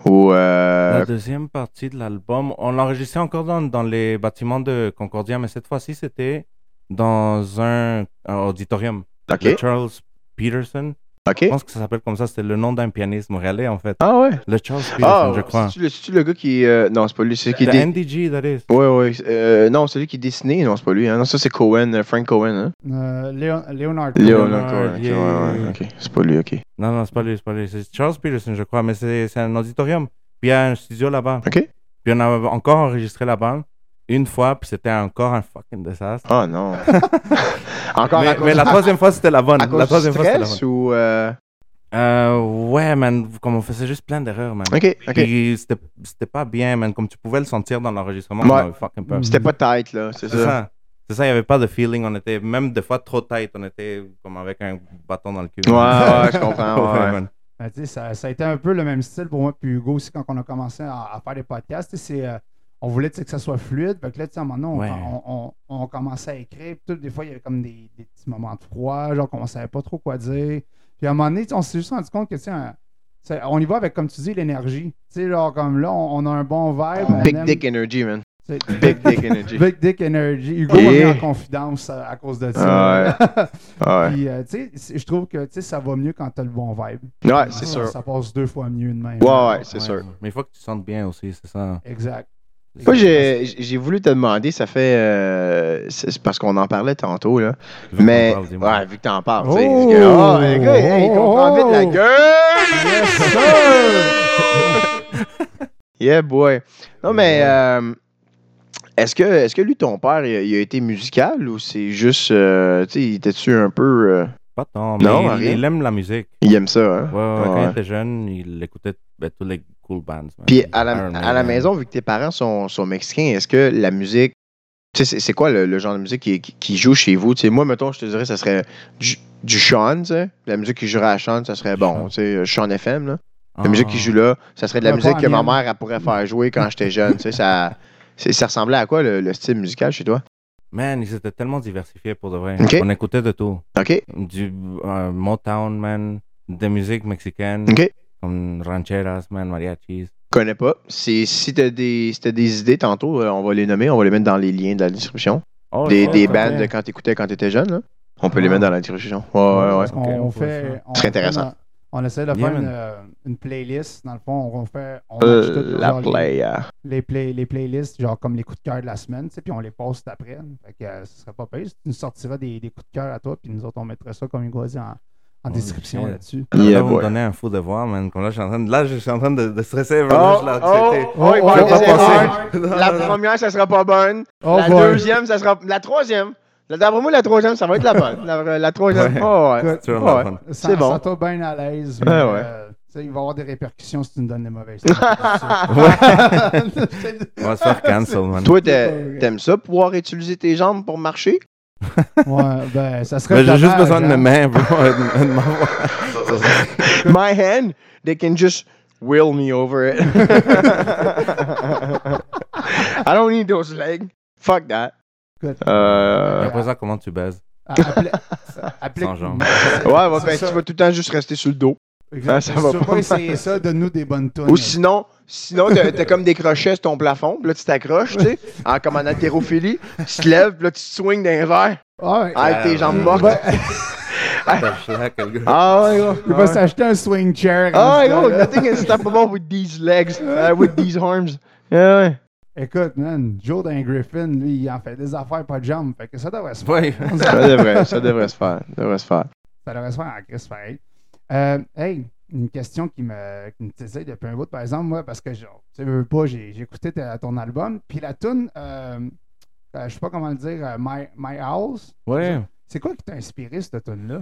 Ou. Euh, La deuxième partie de l'album, on l'enregistrait encore dans, dans les bâtiments de Concordia, mais cette fois-ci, c'était dans un, un auditorium. ok, Le Charles Peterson. ok. Euh, Je pense que ça s'appelle comme ça, c'était le nom d'un pianiste montréalais, en fait. Ah ouais Le Charles Peterson, Ah, je crois. c'est-tu le- c'est-tu le gars qui. euh, non, c'est pas lui, c'est qui The dé- NDG, that is. Ouais, ouais. Euh, non, celui qui dessinait, non, c'est pas lui. Hein. Non, ça, c'est Cohen, euh, Frank Cohen. Hein. Euh, Léon- Leonard. Leonard Leonard, Cohen. ok, Ah, yeah, ouais, ouais, yeah, yeah. ok. C'est pas lui, ok. Non, non, c'est pas lui, c'est pas lui. C'est Charles Peterson, je crois, mais c'est c'est un auditorium. Puis il y a un studio là-bas. Ok. Puis on a encore enregistré là-bas une fois, puis c'était encore un fucking désastre. Ah, [LAUGHS] non. Encore à Mais, cause, mais la troisième fois, c'était la bonne. à cause La troisième du fois, c'était la bonne. stress ou. euh, Euh, ouais, man. Comme on faisait juste plein d'erreurs, man. Ok, ok. Puis c'était c'était pas bien, man. Comme tu pouvais le sentir dans l'enregistrement, Ouais. on avait fucking peur. C'était pas tight, là, c'est C'est ça. ça. C'est ça, il n'y avait pas de feeling. On était même des fois trop tight. On était comme avec un bâton dans le cul. Ouais, ouais, je [LAUGHS] Ouais, comprends. ouais. man. Ben, tu sais, ça, ça a été un peu le même style pour moi puis Hugo aussi quand on a commencé à, à faire des podcasts. tu sais, c'est, euh, on voulait tu sais, que ça soit fluide. Fait que là, tu sais, à un moment donné, on, Ouais. on- on- on commençait à écrire. puis tout, des fois, il y avait comme des, des petits moments de froid, genre qu'on ne savait pas trop quoi dire. Puis à un moment donné, tu sais, on s'est juste rendu compte que tu sais, un- C'est- On y va avec, comme tu dis, l'énergie. Tu sais, genre, comme là, on, on a un bon vibe. on Big aime- Dick Energy, man. c'est- Big [LAUGHS] Dick Energy. Big Dick Energy. Hugo Yeah. m'a mis en confidence euh, à cause de ça. Ah [LAUGHS] Puis, euh, tu sais, c'est- je trouve que tu sais, ça va mieux quand t'as le bon vibe. ouais, ouais c'est Ah, sûr. Ça passe deux fois mieux de même. Ouais, ouais, c'est sûr. Mais il faut que tu te sentes bien aussi, c'est ça. Exact. Moi, j'ai j'ai voulu te demander, ça fait. euh, c'est c'est parce qu'on en parlait tantôt, là. Vu mais. qu'on parle, dis-moi. ouais, vu que t'en parles, tu sais. Oh! parce que, Oh, le gars, hey, il Oh! comprend vite la gueule! Yes, sir! Yeah, boy. Non, mais. euh, est-ce que, est que lui, ton père, il a, il a été musical ou c'est juste. euh, tu sais, il était-tu un peu. euh, Pas tant, mais Non, il, rien. il aime la musique. il aime ça, hein? Ouais, ouais, ouais, quand Ouais. il était jeune, il écoutait ben, tous les cool bands. man. Puis à la, Iron à la Maiden. maison, vu que tes parents sont, sont mexicains, est-ce que la musique. Tu sais, c'est- c'est quoi le, le genre de musique qui, qui- qui joue chez vous? Tu sais, moi, mettons, je te dirais, ça serait du, du Sean, tu sais. La musique qui jouerait à Sean, ça serait bon. Tu sais, euh, Sean FM, là. La Ah. musique qui joue là, ça serait de la Ouais, musique pas que ma la mienne. mère, elle pourrait faire jouer quand j'étais jeune. Tu sais, ça, c'est- ça ressemblait à quoi le, le style musical chez toi? Man, ils étaient tellement diversifiés pour de vrai. Ok. On écoutait de tout. OK? Du euh, Motown, man, des musiques mexicaines, OK? comme rancheras, man, mariachis. Connais pas. Si, si t'as des, si t'as des idées tantôt, euh, on va les nommer, on va les mettre dans les liens de la description. Oh, Des, ouais, des ouais. bandes de quand t'écoutais quand t'étais jeune, là. On peut les Ah. mettre dans la description. Ouais, ouais, ouais. Parce qu'on- Ok, on on pourrait le fait. faire. on Très fait intéressant. dans- On essaie de Yeah, faire une, man. euh, une playlist. Dans le fond, on fait. On match Euh, tout, la genre, les- play. euh. les, play- les playlists, genre comme les coups de cœur de la semaine, tu sais, puis on les poste après. Fait que euh, ce serait pas pire. Tu nous sortiras des, des coups de cœur à toi, puis nous autres, on mettrait ça, comme Hugo a dit, en, en Oh, description shit. là-dessus. Yeah, là, vous boy. me donnez un fou de voix, man. Comme là, je suis en train de, là, je suis en train de, de stresser. bro. Oh, oh, Là, je l'ai accepté. oh, il Oh, va oh, en laisser oh, un. [LAUGHS] La première, ça sera pas bonne. Oh, la boy. deuxième, ça sera. La troisième. La- D'après moi, la troisième, ça va être la bonne. La, la troisième. Ouais. Oh, ouais. Tu vas Ouais. voir, man. C'est bon. Sens-toi bien à l'aise. Ouais, mais, ouais. euh, tu sais, il va y avoir des répercussions si tu nous donnes [LAUGHS] des mauvaises. On [LAUGHS] va se faire cancel, man. Toi, t'es- t'aimes ça, pouvoir utiliser tes jambes pour marcher? ouais, ben, ça serait Mais J'ai juste dommage, besoin de hein. mes mains, bro. et de- et de ma voix. My hand, they can just will me over it. [LAUGHS] I don't need those legs. Fuck that. Écoute, Euh, Après ça, comment tu baises [LAUGHS] à- appelez- appelez- Sans jambes. ouais, ouais, ben, C'est tu ça. vas tout le temps juste rester sur le dos. Exact. ça Si va tu veux pas pas mal. essayer ça, donne-nous des bonnes tunes. Ou sinon, sinon t'as t'as comme des crochets sur ton plafond, puis là tu t'accroches, tu sais, en- comme en haltérophilie, tu te lèves, puis là tu te swings d'un verre Ah, Ouais. avec tes jambes mortes. Ouais. Ah ouais, gros. [LAUGHS] Il va s'acheter un swing chair. Ah en ouais, ce gros, cas-là. nothing is stoppable with these legs, uh, with these arms. Yeah, ouais. Écoute, man, Joe d'un Griffin, lui, il en fait des affaires pas de jambes. Fait que ça devrait se faire. Ouais. Ça devrait, ça devrait se faire, ça devrait se faire. Ça devrait se faire en crise, pareil. Euh, hey, une question qui me, qui me titille depuis un bout, par exemple, moi, parce que, genre, tu sais, veux veux pas, j'ai j'ai écouté ta- ton album, puis la tune, euh, euh, je sais pas comment le dire, euh, My, My House, [LAUGHS] Ouais. c'est quoi qui t'a inspiré, cette tune-là?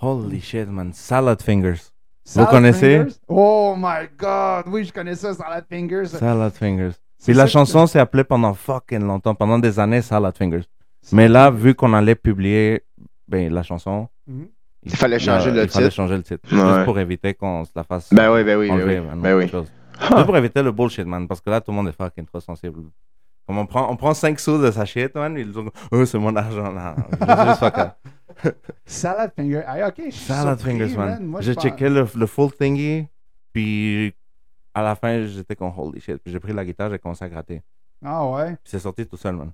Holy shit, man. Salad fingers. Salad connaissez? Fingers? Oh my God! Oui, je connais ça, Salad Fingers. Salad fingers. C'est Puis la ça que- chanson s'est appelée pendant fucking longtemps, pendant des années, Salad fingers. Mais là, vu qu'on allait publier ben, la chanson, Mhm. Il fallait changer euh, le il fallait titre. changer le titre. Ouais. Juste pour éviter qu'on se la fasse. Ben oui, ben oui, ben enlever, oui. man, ou Ben oui. quelque chose. Juste pour éviter le bullshit, man, parce que là, tout le monde est fucking trop sensible. Comme on prend, on prend 5 sous de sa shit, man, ils ont, oh, c'est mon [LAUGHS] argent, là. Juste fuck off. Salad Fingers. Ah, ok, je suis Salad surpris, fingers, man. Moi, j'ai je pense- checké le, le full thingy, puis à la fin, j'étais comme holy shit. Puis j'ai pris la guitare, j'ai commencé à gratter. Ah ouais? Puis c'est sorti tout seul, man.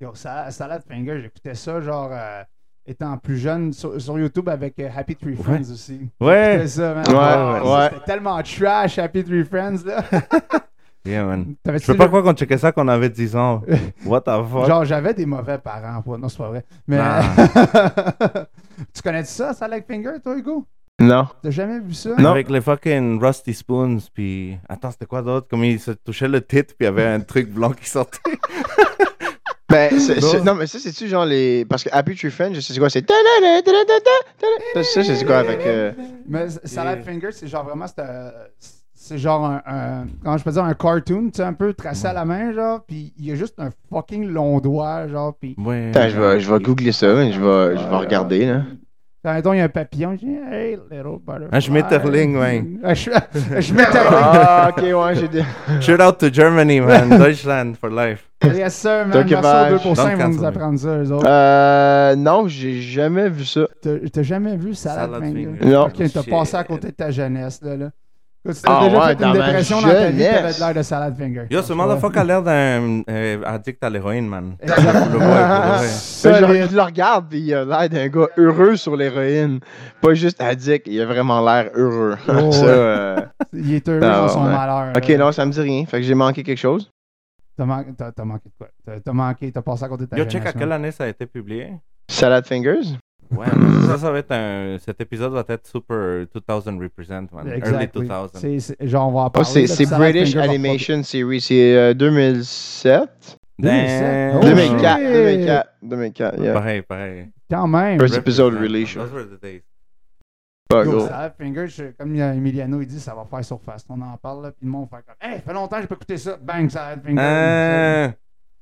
Yo, Sa- Salad Finger, j'écoutais ça genre euh, étant plus jeune sur, sur YouTube avec euh, Happy Tree Friends aussi. Ouais. C'était ça, man. Ouais, Ah, ça, ouais. C'était tellement trash, Happy Tree Friends, [LAUGHS] là. Yeah, man. Je T'avais-tu peux le- pas croire qu'on checkait ça quand on avait 10 [LAUGHS] ans. What the fuck? Genre, j'avais des mauvais parents, quoi. Non, c'est pas vrai. Mais. [LAUGHS] tu connais ça, Salad Finger, toi, Hugo? Non. T'as jamais vu ça? Non. Avec les fucking Rusty Spoons, puis. Attends, c'était quoi d'autre? Comme ils se touchaient le titre, puis il y avait un truc blanc qui sortait. Ben, c'est- Non. c'est- non, mais ça, c'est-tu genre les. Parce que Happy Tree Friends, je sais c'est quoi, c'est. Ça, ça, je sais quoi avec. euh, Mais s- Salad Et- Finger, c'est genre vraiment. C'est, euh, c'est genre un, un- Comment je peux dire, un cartoon, tu sais, un peu tracé à la main, genre. Puis il y a juste un fucking long doigt, genre. Puis. [LAUGHS] Ouais. Attends, je vais, je vais googler ça, man, je vais, je vais regarder, là. Dans le temps, il y a un papillon. Je dis, hey, little butterfly. Un Schmetterling, Ah, [LAUGHS] ouais. Un Sch- [LAUGHS] un Schmetterling. Ah, ok, ouais, j'ai dit. Shout out to [LAUGHS] Germany, man. Deutschland for life. yes, sir, man. Donc, Merci bah, aux 2 don't ils vont nous cancel me. apprendre ça, eux autres. [LAUGHS] Euh. Non, j'ai jamais vu ça. T'as t'as jamais vu Salad Salad Finger? Finger. Oh, Non. Ok, t'as Shit. passé à côté de ta jeunesse, là. là. Quand tu Ah t'as déjà ouais, fait dans une ma dépression dans ta vie, jeunesse. t'avais de l'air de salade finger. Yo, ce Ouais. motherfucker a l'air d'un euh, addict à l'héroïne, man. Exactement. Pour le voir, pour le voir. Ben, Solide. je, je le regarde et il a l'air d'un gars heureux sur l'héroïne. Pas juste addict, il a vraiment l'air heureux. [LAUGHS] Oh, Ça, ouais. euh, Il est heureux Ah, dans son ouais. malheur. Ok, là. non, ça me dit rien. Fait que j'ai manqué quelque chose. T'as man- T'as t'as manqué de quoi? T'as- T'as manqué, t'as passé à côté de ta Yo, jeunesse, check à man. quelle année ça a été publié. Salad Fingers. Ouais, man, ça, ça va être un. Cet épisode va être super 2000 represent, man. Early Exactly. 2000. C'est- c'est- Genre, on va en Oh, parler. c'est là, c'est puis Ah Salad British Finger va Animation Series. C'est euh, 2007. Damn. 2007. Oh, 2004. shit. 2004. 2004. Yeah. Pareil, pareil. pas- Quand même. First episode Represent. release, Those were the days. Pas Yo, gros. Salad Finger, je- comme euh, Emiliano, il dit, ça va faire surface. On en parle, là, puis le monde fait comme, hey, fait longtemps que j'ai pas écouté ça. Bang, Salad Finger. Ah,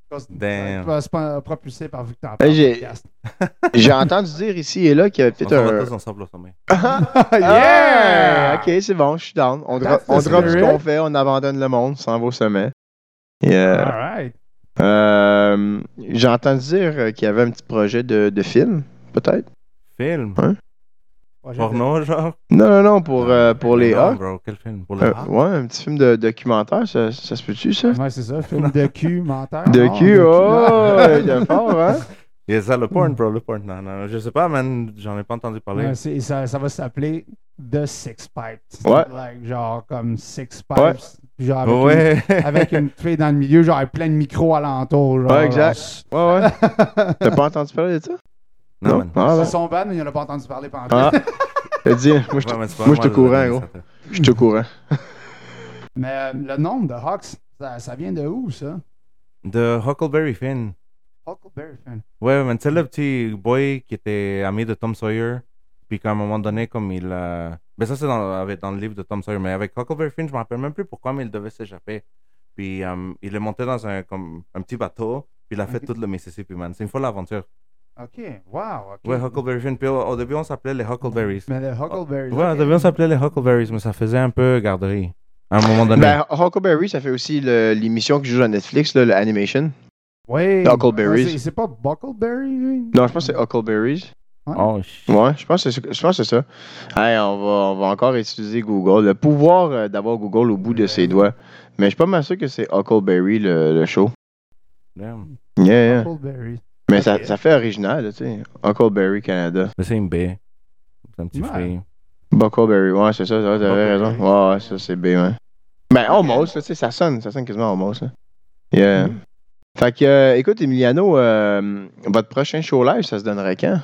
Ça, ça, damn. ça, c'est pas- propulsé par Victor. Hey, Ben, j'ai- [LAUGHS] J'ai entendu dire ici et là qu'il y avait on s'en va peut-être tous ensemble au sommet. [LAUGHS] un. [LAUGHS] yeah! Ah, Ok, c'est bon, je suis down. On, dro- That's the on drop ce spirit. qu'on fait, on abandonne le monde, on s'en va au sommet. Yeah. Alright. Euh, J'ai entendu dire euh, qu'il y avait un petit projet de, de film, peut-être. Film. Ouais, j'ai- Porno, genre. Non, non, non, pour, euh, pour les Non, Hawks. bro, quel film Pour les Euh, Hawks? ouais, un petit film de documentaire, ça, ça se peut-tu, ça? Ouais, c'est ça, film de cul, menteur. Ah, De non, cul, oh, [LAUGHS] non. [LAUGHS] il est fort, hein? Yeah, ça, le porn, bro, le porn. Non, non, je sais pas, man. J'en ai pas entendu parler. Ouais, c'est- ça, ça va s'appeler The Six Pipes. Ouais. Like, genre comme Six Pipes. Ouais. puis Genre avec, ouais. une, avec une fille dans le milieu, genre avec plein de micros alentour. Genre, Ouais, exact. Ouais, [LAUGHS] ouais. T'as pas entendu parler de ça? Non, man. Ah, Genre, ouais. C'est son band, mais il n'en a pas entendu parler pendant Ah, t'as dit, moi, je suis Ouais, man, c'est pas moi, je suis au le- courant, gros. je suis au courant. [LAUGHS] Mais euh, le nom de Hawks, ça, ça vient de où, ça? De Huckleberry Finn. Huckleberry Finn. Ouais, mais tu sais, le petit boy qui était ami de Tom Sawyer, puis qu'à un moment donné, comme il. euh, Ben, ça, c'est dans, avec- dans le livre de Tom Sawyer, mais avec Huckleberry Finn, je me rappelle même plus pourquoi, mais il devait s'échapper. Puis euh, il est monté dans un, comme, un petit bateau, puis il a fait Ok. tout le Mississippi, man. C'est une folle aventure. OK, wow. ok. Ouais, Huckleberry Finn, puis au, au début, on s'appelait les Huckleberries. Mais le Huckleberry. Ouais, au ok. début, on s'appelait les Huckleberries, mais ça faisait un peu garderie. À un moment donné. Ben, Huckleberry, ça fait aussi le- l'émission qui joue sur Netflix, là, l'animation. Ouais. Huckleberries. Ouais, c'est- C'est pas Buckleberry, lui? Non, je pense que c'est Huckleberries. oh, shit. Ouais, je pense que c'est je pense que c'est ça. Hey, on, va, on va encore utiliser Google. Le pouvoir euh, d'avoir Google au bout de ses doigts. Mais je suis pas mal sûr que c'est Huckleberry le, le show. Damn. Yeah, yeah. Huckleberry. Mais ça, ça fait original, là, tu sais. Huckleberry Canada. Mais c'est une baie. C'est un petit Ouais. fille. Buckleberry, ouais, c'est ça, ça t'avais raison. Buckleberry. Ouais, ouais, ça c'est B, ouais. Mais almost, là, tu sais, ça sonne, ça sonne quasiment almost. Là. Yeah. Mm. Mhm. Fait que, euh, écoute, Emiliano, euh, votre prochain show live, ça se donnerait quand?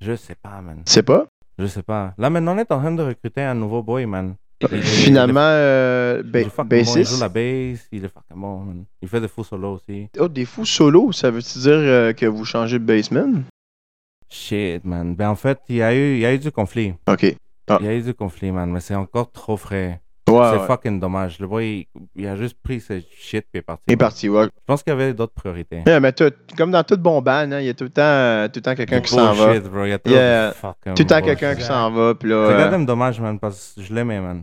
Je sais pas, man. Tu sais pas? Je sais pas. Là, maintenant, on est en train de recruter un nouveau boy, man. Il- Bah, Finalement, euh, il est- ba- il est fucking bon, il joue bassiste. la bass, il est fucking bon, man. Il fait des faux solos aussi. Oh, des fous solo, ça veut-tu dire euh, que vous changez de basement? Shit, man. Ben, en fait, il y a eu, il y a eu du conflit. Ok. Il y a eu du conflit, man, mais c'est encore trop frais. Ouais, c'est ouais. fucking dommage. Le boy, il, il a juste pris ce shit puis est parti. Il est parti, ouais. Je pense qu'il y avait d'autres priorités. Ouais, mais tout- comme dans toute bon band, hein, il y a tout le temps, euh, tout le temps quelqu'un qui s'en va. Bullshit, bro. Il y a trop Yeah. de fucking Tout le temps bullshit. quelqu'un qui s'en va, puis là... C'est quand euh, même dommage, man, parce que je l'aimais, man.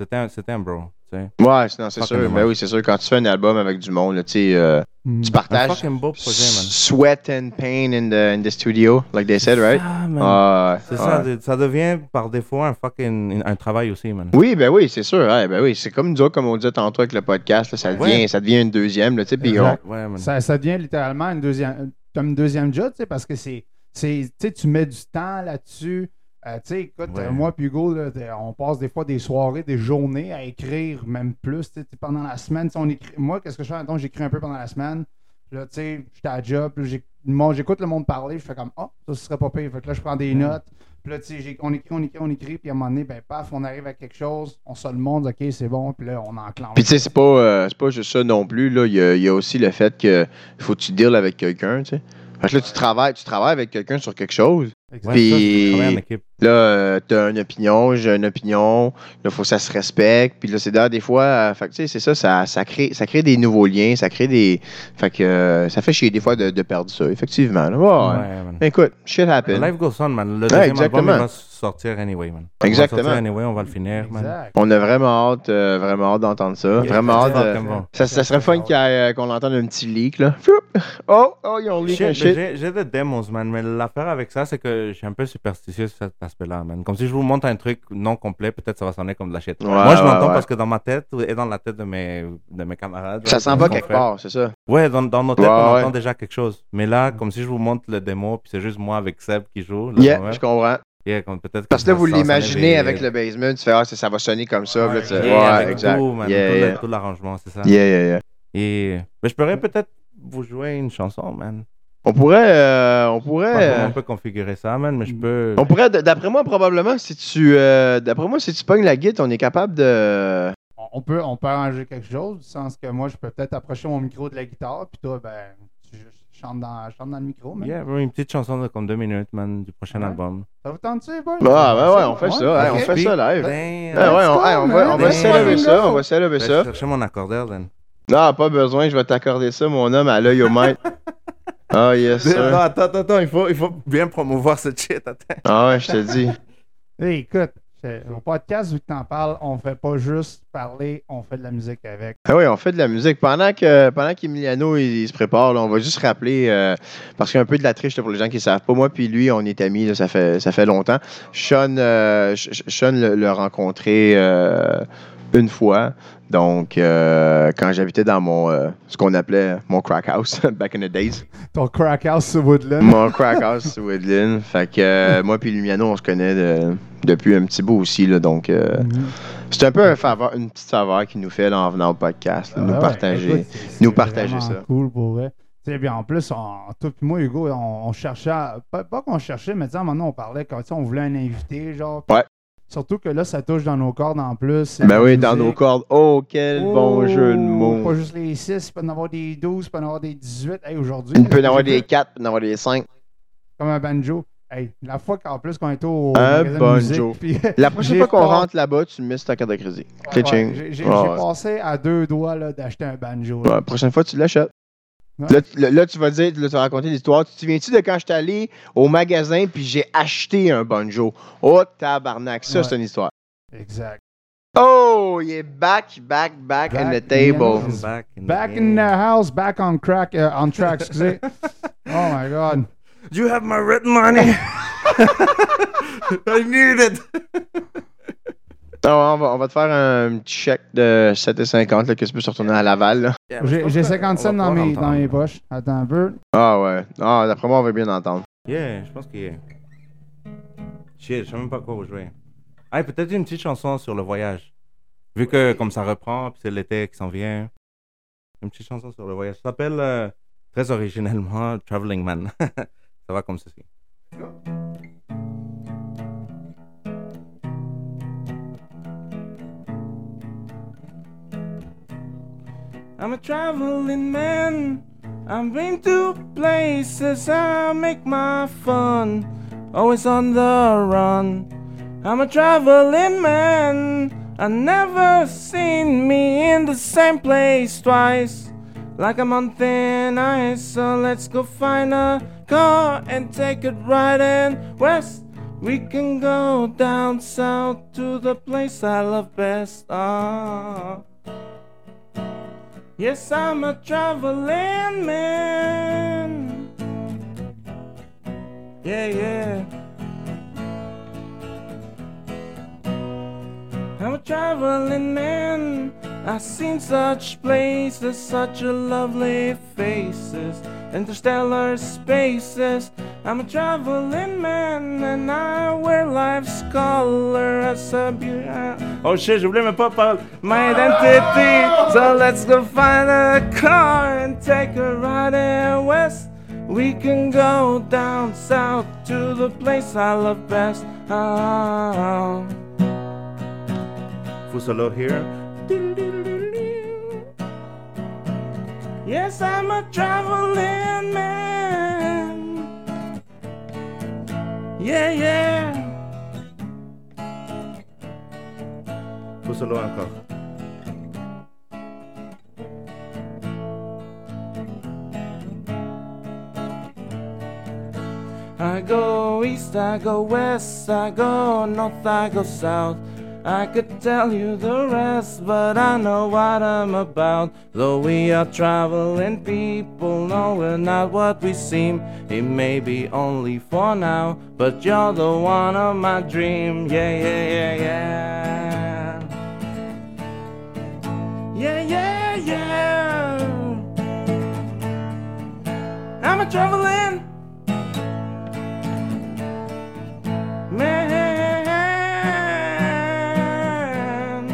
C'était un, c'était un bro, tu sais. Ouais, c'est- non, c'est Fucking sûr. Mais dommage. oui, c'est sûr, quand tu fais un album avec du monde, là, tu sais, euh, Hmm. tu Mm. Un partages fucking beau projet, man. sweat and pain in the, in the studio, like they said, right? Ah, man. Ah, C'est ouais. ça, de- ça devient par défaut un fucking un travail aussi, man. Oui, ben oui, c'est sûr. ouais, ben oui, c'est comme nous autres, comme on disait tantôt avec le podcast, là, ça, devient, Ouais. ça devient une deuxième, là, tu sais, puis on- Exact. Ouais, man. Ça, ça devient littéralement une deuxième, comme une deuxième job, tu sais, parce que c'est, c'est- tu sais, tu mets du temps là-dessus. Euh, tu sais, écoute, Ouais. euh, moi puis Hugo, là, t'es- on passe des fois des soirées, des journées à écrire, même plus, tu sais, pendant la semaine. tu sais, On écrit, moi, qu'est-ce que je fais? Mettons, j'écris un peu pendant la semaine. Là, tu sais, j'étais à job, puis j'ai- moi, j'écoute le monde parler, je fais comme, oh, ça, ce serait pas pire. Fait que là, je prends des Mm. notes. Puis là, tu sais, j'ai- on écrit, on écrit, on écrit, puis à un moment donné, ben, paf, on arrive à quelque chose, on se le montre, ok, c'est bon, puis là, on enclenche. Puis tu sais, c'est pas, euh, c'est pas juste ça non plus. Là. Il, y a, il y a aussi le fait que faut que tu deals avec quelqu'un, tu sais. Parce que là, tu travailles, tu travailles avec quelqu'un sur quelque chose. Ouais, Puis- ça, c'est un travail en équipe. Là, euh, t'as une opinion, j'ai une opinion. Là, faut que ça se respecte. Puis là, c'est là, des fois, euh, fait que, tu sais, c'est ça, ça, ça crée, ça crée des nouveaux liens, ça crée des. Fait que euh, ça fait chier des fois de, de perdre ça, effectivement. là. Ah, Ouais, ouais. Ouais, man. Écoute, shit The happens. Life goes on, man. Le deuxième album, exactement. il va s- sortir anyway, man. On va Exactement. sortir anyway, on va le finir, man. Exact. On a vraiment hâte, euh, vraiment hâte d'entendre ça. Yeah. Vraiment hâte. Fuck, euh, I'm bon. ça, ça serait fun qu'il y ait, euh, qu'on entende un petit leak, là. Floup! Oh, oh, ils ont leak Shit, ben, un mais shit. J'ai j'ai des démos, man, mais l'affaire avec ça, c'est que je suis un peu superstitieux sur cet aspect-là, man. Comme si je vous montre un truc non complet, peut-être ça va sonner comme de la shit. Ouais, Moi, je ouais, l'entends ouais. parce que dans ma tête et dans la tête de mes, de mes camarades. Ça là, s'en de va mes quelque confrères. part, c'est ça. Ouais, dans, dans nos têtes, Ouais, on ouais. entend déjà quelque chose. Mais là, comme si je vous montre le démo, puis c'est juste moi avec Seb qui joue. là, Yeah, ouais. je comprends. Yeah, comme peut-être Parce que ça là, vous va sonner l'imaginez des- avec le basement, tu fais, ah, ça, ça va sonner comme ça. là, tu- Yeah, Ouais, avec exact. Tout, man, Yeah, tout, le- yeah. tout l'arrangement, c'est ça. Yeah, yeah, yeah. Et mais je pourrais peut-être vous jouer une chanson, man. On pourrait, euh, on Je sais pourrait, pas comment euh, on peut configurer ça, man, mais je peux. on pourrait, d- d'après moi, probablement, si tu, euh, d'après moi, si tu pognes la guide, on est capable de, On on peut, on peut arranger quelque chose, du sens que moi, je peux peut-être approcher mon micro de la guitare, puis toi, ben, tu je chante dans, je chante dans le micro. Mais... Yeah, bro, une petite chanson de comme deux minutes, man, du prochain Ouais. album. Ça vous tente-tu, boys? ouais, Ah, ouais, ouais, on fait ça, Ouais, hey, on ok. fait ça live. Damn. Ah ouais, on, Let's hey, go, on man. va, on va Let's s'élever go. ça, on va s'élever Je vais ça. chercher mon accordeur, then. Non, pas besoin, je vais t'accorder ça, mon homme, à l'œil au [LAUGHS] maître. Ah, yes, Non, sir. attends, attends, attends, il faut, il faut bien promouvoir cette shit. Attends. Ah ouais, je te dis. Hey, écoute, c'est- au podcast, vu que t'en parles, on fait pas juste parler, on fait de la musique avec. Ah oui, on fait de la musique. Pendant que pendant qu'Emiliano il, il se prépare, là, on va juste rappeler euh, parce qu'il y a un peu de la triche là, pour les gens qui ne savent pas. Moi puis lui, on est amis, là, ça fait ça fait longtemps. Sean, euh, Sh- Sh- Sean le, le rencontré euh, une fois. Donc euh, quand j'habitais dans mon euh, ce qu'on appelait mon crack house [LAUGHS] back in the days. Ton crack house sur Woodland. Mon crack house [LAUGHS] sur Woodland. Fait que euh, moi puis Lumiano, on se connaît de- depuis un petit bout aussi. Là, donc euh, Mhm. c'est un peu un faveur, une petite faveur qu'il nous fait là, en venant au podcast, là, Ah ouais, nous partager. écoute, c'est- c'est nous partager vraiment ça. Cool pour vrai. Tu sais, bien, en plus, on, toi et moi, Hugo, on, on cherchait, à- pas, pas qu'on cherchait, mais tu sais, à un moment donné, on parlait quand tu sais, on voulait un invité, genre. Ouais. Surtout que là, ça touche dans nos cordes en plus. Ben la oui, dans nos musique. cordes. Oh, quel bon Oh, jeu de Pas mots. juste les 6, il peut y en avoir des 12, il peut y en avoir des 18. Hey, aujourd'hui. Il peut y en j'ai avoir fait des 4, il peut y en avoir des 5. Comme un banjo. Hey, la fois qu'en plus qu'on est au. Un magasin de banjo. musique, [LAUGHS] puis- La prochaine J'ai fois qu'on pas- rentre là-bas, tu me mets sur ta carte de crédit. Ouais, Cling. j'ai- J'ai j'ai Ouais, ouais. passé à deux doigts là, d'acheter un banjo. là. Ouais, prochaine fois, tu l'achètes. Ouais. Là, tu- là, là, tu vas dire, là, tu vas raconter l'histoire. Tu te souviens-tu de quand je suis allé au magasin puis j'ai acheté un banjo? Oh, tabarnak. Ça, Ouais. c'est une histoire. Exact. Oh, il est back, back, back, Back at the table. in- Back in Back the in game. the house, back on crack, euh, on [LAUGHS] [LAUGHS] track, excusez. oh my god. You have my red money. [LAUGHS] I need it. Non, Ah, on, va, on va te faire un petit chèque de 7,50 là, que tu peux se retourner à Laval. là. J'ai j'ai 50 cents dans mes, dans mes poches. Attends un peu. Ah ouais. Ah, d'après moi, on va bien entendre. Yeah, je pense qu'il est. Shit, je sais même pas quoi vous jouer. Ah, et peut-être une petite chanson sur le voyage. Vu que comme ça reprend, puis c'est l'été qui s'en vient. Une petite chanson sur le voyage. Ça s'appelle euh, très originellement Traveling Man. [LAUGHS] ça va comme ceci. I'm a traveling man. I've been to places I make my fun. Always on the run. I'm a traveling man. I never seen me in the same place twice. Like I'm on thin ice, so let's go find a car and take it right and west. We can go down south to the place I love best. Ah. Yes, I'm a traveling man. Yeah, yeah. I'm a traveling man. I've seen such places, such a lovely faces, interstellar spaces. I'm a traveling man, and I wear life's color as a beauty. Oh shit, j'ai oublié mes papas. My identity. So let's go find a car and take a ride out west. We can go down south to the place I love best. Ah. Full solo here. Yes, I'm a traveling man. Yeah, yeah. Full solo encore. I go east, I go west, I go north, I go south. I could tell you the rest, but I know what I'm about. Though we are traveling people, no, we're not what we seem. It may be only for now, but you're the one of my dream. Yeah, yeah, yeah, yeah. Yeah, yeah, yeah. I'm a traveling man.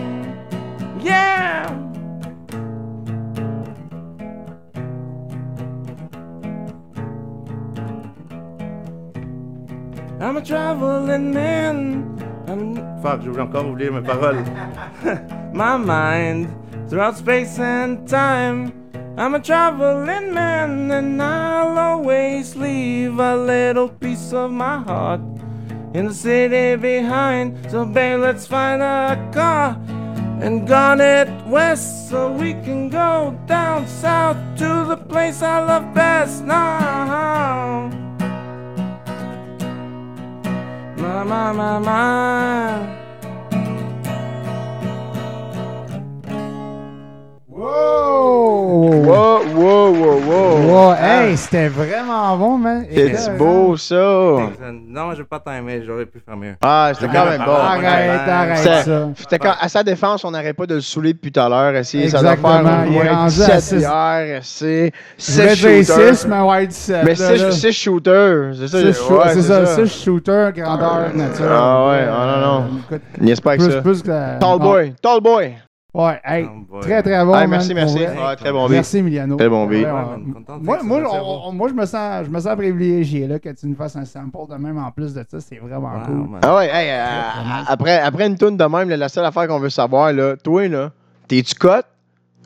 Yeah. I'm a traveling man. I'm Fuck, j'ai voulu encore oublier mes paroles. [LAUGHS] my mind throughout space and time. I'm a traveling man, and I'll always leave a little piece of my heart in the city behind. So, babe, let's find a car and gun it west so we can go down south to the place I love best now. My, my, my, my. Wow! Wow, wow, wow, wow. Wow, hey, c'était vraiment bon, man. C'est Écoute, Ah, beau, ça. Non, j'ai pas tant aimé, j'aurais pu faire mieux. Ah, c'était quand même bon. Arrête, arrête C'est- ça. C'était quand- à sa défense, on n'arrêtait pas de le saouler depuis tout à l'heure. essayer, Ça doit Exactement, faire au il est moins rendu à 17 six. hier. C'est Je vais 6 dire shooters. 6, mais ouais, 17. Mais là, 6 là. shooters. C'est ça, Six shoo- ouais, C'est ça, 6 shooters, grandeur, nature. Ah ouais, ah non, non. Écoute, Niaise pas avec plus, ça. plus que la... Tall boy, tall boy. Ah, Ouais, hey, Oh boy. très très bon. Ah, man, merci, pour merci. vrai. Ah, très bon beat. Merci, Emiliano. Très bon beat. Ouais, Ouais, on- man, content de moi, ça, moi, c'est on- on- moi, je me sens, je me sens privilégié là, que tu nous fasses un sample de même en plus de ça, c'est vraiment Wow, cool. man. Ah ouais, hey, euh, après, après une toune de même, là, la seule affaire qu'on veut savoir, là, toi, là, t'es-tu cote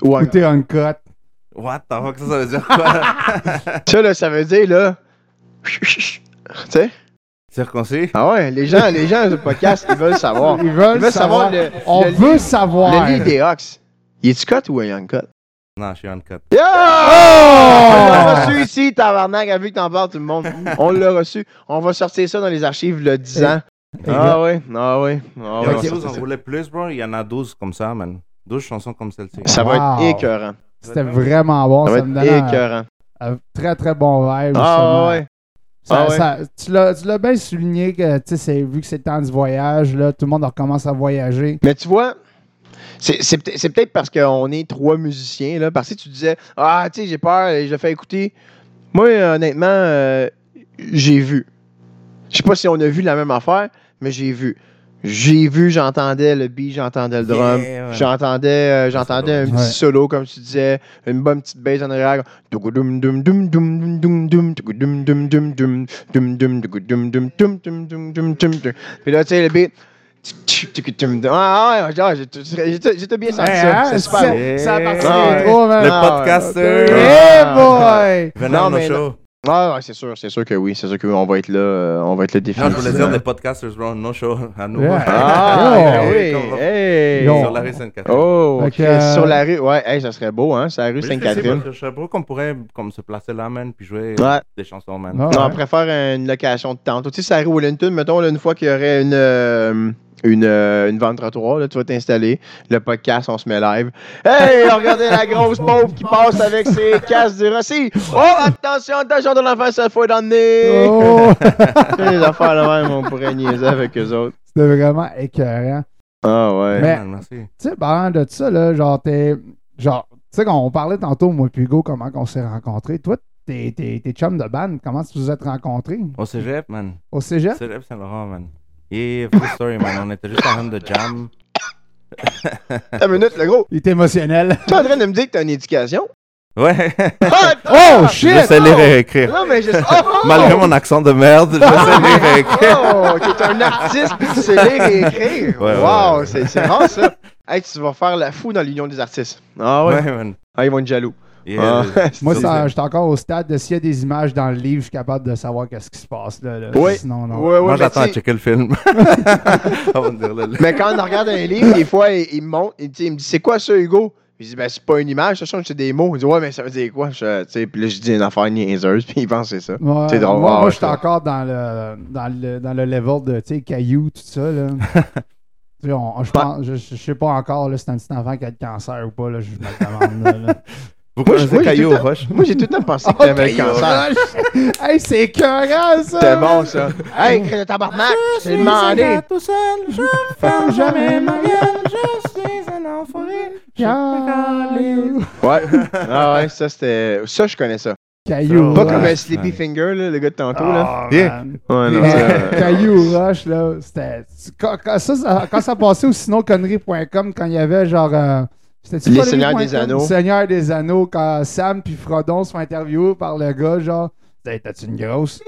ou Écoutez, uncut. What the fuck, ça, ça veut [LAUGHS] dire quoi? Ça, là, ça veut dire, là. [LAUGHS] Tu sais? Circoncis? Ah ouais, les gens, les gens du podcast, ils veulent savoir. Ils veulent Ils veulent savoir. savoir le- on le- veut savoir. Le lead des Hawks, il est-tu cote ou un young cut? Non, je suis uncut. Yo! Oh! On l'a reçu ici, tabarnak, vu que t'en parles tout le monde. On l'a reçu. On va sortir ça dans les archives le 10 ans. Eh, Ah ouais, ah ouais. ah Il y en a ouais. 12, on voulait plus, bro. Il y en a 12 comme ça, man. 12 chansons comme celle-ci. Ça va Wow. être écœurant. C'était vraiment bon. Ça Ça, va me être donnait un, écœurant. un très très bon vibe. Ah justement. ouais. Ça- ah ouais. ça- tu l'as tu l'as bien souligné que tu sais, c'est- vu que c'est le temps du voyage, là, tout le monde recommence à voyager. Mais tu vois, c'est c'est peut- c'est peut-être parce qu'on est trois musiciens, là. Parce que tu disais, ah, tu sais, j'ai peur, je le fais écouter. Moi, honnêtement, euh, j'ai vu. Je sais pas si on a vu la même affaire, mais j'ai vu. J'ai vu, j'entendais le beat, j'entendais le drum, Yeah, ouais. j'entendais euh, j'entendais un petit Ouais. solo, comme tu disais, une bonne petite bass en arrière. Tougoudum, dum, dum, dum, dum, dum, dum, tougoudum, dum, dum, dum, dum, dum, tougoudum, dum, dum, dum, dum, dum, dum, dum. Puis là, tu sais, le beat. Ah, ouais, genre, j'ai tout- j'ai tout- j'ai tout bien senti Hey, ça. hein, C'est super beau. c'est- ça a parti Ah des ouais. trois, man. Le Ah, podcaster. Ah. [LAUGHS] Hey boy! Venez Non, à nos mais shows. Ah, ouais, c'est sûr, c'est sûr que oui, c'est sûr que oui, on va être là, euh, on va être là Non, je voulais dire définitivement. des podcasters, bro. Nos shows à nous. [LAUGHS] Yeah. Ah, Yo. oui, hey. Yo. Sur la rue Sainte-Catherine. Oh, Fait ok, que- euh, sur la rue, ouais, hey, ça serait beau, hein, sur la rue Mais juste ici, parce Sainte-Catherine. que Je sais pas qu'on pourrait comme, se placer là, man, puis jouer Ouais. des chansons, man. Ah ouais. Non, on préfère une location de tente. Tu sais, ça rue Wellington, mettons, là, une fois qu'il y aurait une, euh, une, euh, une vente trottoir, là, tu vas t'installer. Le podcast, on se met live. [LAUGHS] Hey, regardez la grosse pauvre qui passe avec ses casques du Rossi. Oh, attention, attention, ton enfant, ça faut dans le nez. Oh! [LAUGHS] Tu sais, [LAUGHS] les affaires là même, on pourrait niaiser avec eux autres. C'était vraiment écœurant. Ah, ouais. Mais- Yeah, man, merci. Tu sais, parlant de ça, là, genre, t'es. Genre, tu sais, quand on parlait tantôt, moi et Hugo, comment qu'on s'est rencontrés. Toi, t'es, t'es, t'es chum de band, comment tu vous êtes rencontrés? Au cégep, man. Au cégep? Cégep Saint-Laurent, man. Yeah, full story, man. On était juste en train de jam. Attends une minute, le gros. Il est émotionnel. Tu es en train de me dire que t'as une éducation? Ouais. Ah, [LAUGHS] [LAUGHS] Oh, Je shit! sais lire et écrire. non, mais juste. Oh, oh! Malgré mon accent de merde, je sais lire et écrire. Oh, t'es un artiste, tu sais lire et écrire. Ouais, ouais, wow, ouais. c'est c'est rare ça. Hey, tu vas faire la fou dans l'union des artistes. Ah ouais? Ouais, euh, man. Ah, ils vont être jaloux. Ah. Yeah. [LAUGHS] Moi, Sur ça, le- j'étais encore au stade de s'il y a des images dans le livre, je suis capable de savoir qu'est-ce qui se passe, là. là. Oui. Sinon, non. Ouais, ouais, Moi, mais j'attends à tu sais- checker le film. On va dire le- Mais quand on regarde un livre, des fois, il, il me montre, il, tu sais, il me dit C'est quoi ça, Hugo Puis je dis, ben, c'est pas une image, ça change, c'est des mots. Il dit, ouais, mais ça veut dire quoi? Je, tu sais, puis là, je dis une affaire niaiseuse, puis il pense que c'est ça. Ouais, C'est drôle. Moi, Ah, moi ouais, je suis ça. encore dans le, dans le, dans le level de, tu sais, cailloux, tout ça, là. Tu sais, on- je, pense- je, je sais pas encore là, si c'est un petit enfant qui a le cancer ou pas, là, je me le demande. là, là. Vous Moi, je- connaissez moi, j'ai Caillou tout au le temps- Roche? Moi, j'ai tout le temps Ah, pensé que t'avais le cancer. [LAUGHS] hey, c'est écœurant, ça! C'était bon, ça. Hey, crée de Ah, tabarnak, j'ai demandé. tout seul, je ne ferme jamais ma gueule, je suis un enfoiré. Caillou! Ouais. [LAUGHS] Ah ouais, ça, c'était. Ça, je connais ça. Caillou! Pas Rush. comme Ouais. un Sleepy Finger, là, le gars de tantôt, là. Ah, Yeah. man. Ouais, non, [LAUGHS] euh, Mais ça- Caillou hein. Rush, là, c'était. Quand, quand ça, ça- quand ça passait au sinonconnerie.com, quand il y avait genre. euh, c'était-tu Les connerie Seigneurs point des com? Anneaux. Seigneurs des Anneaux, quand Sam puis Frodon sont interviewés par le gars, genre. Hey, T'as-tu une grosse?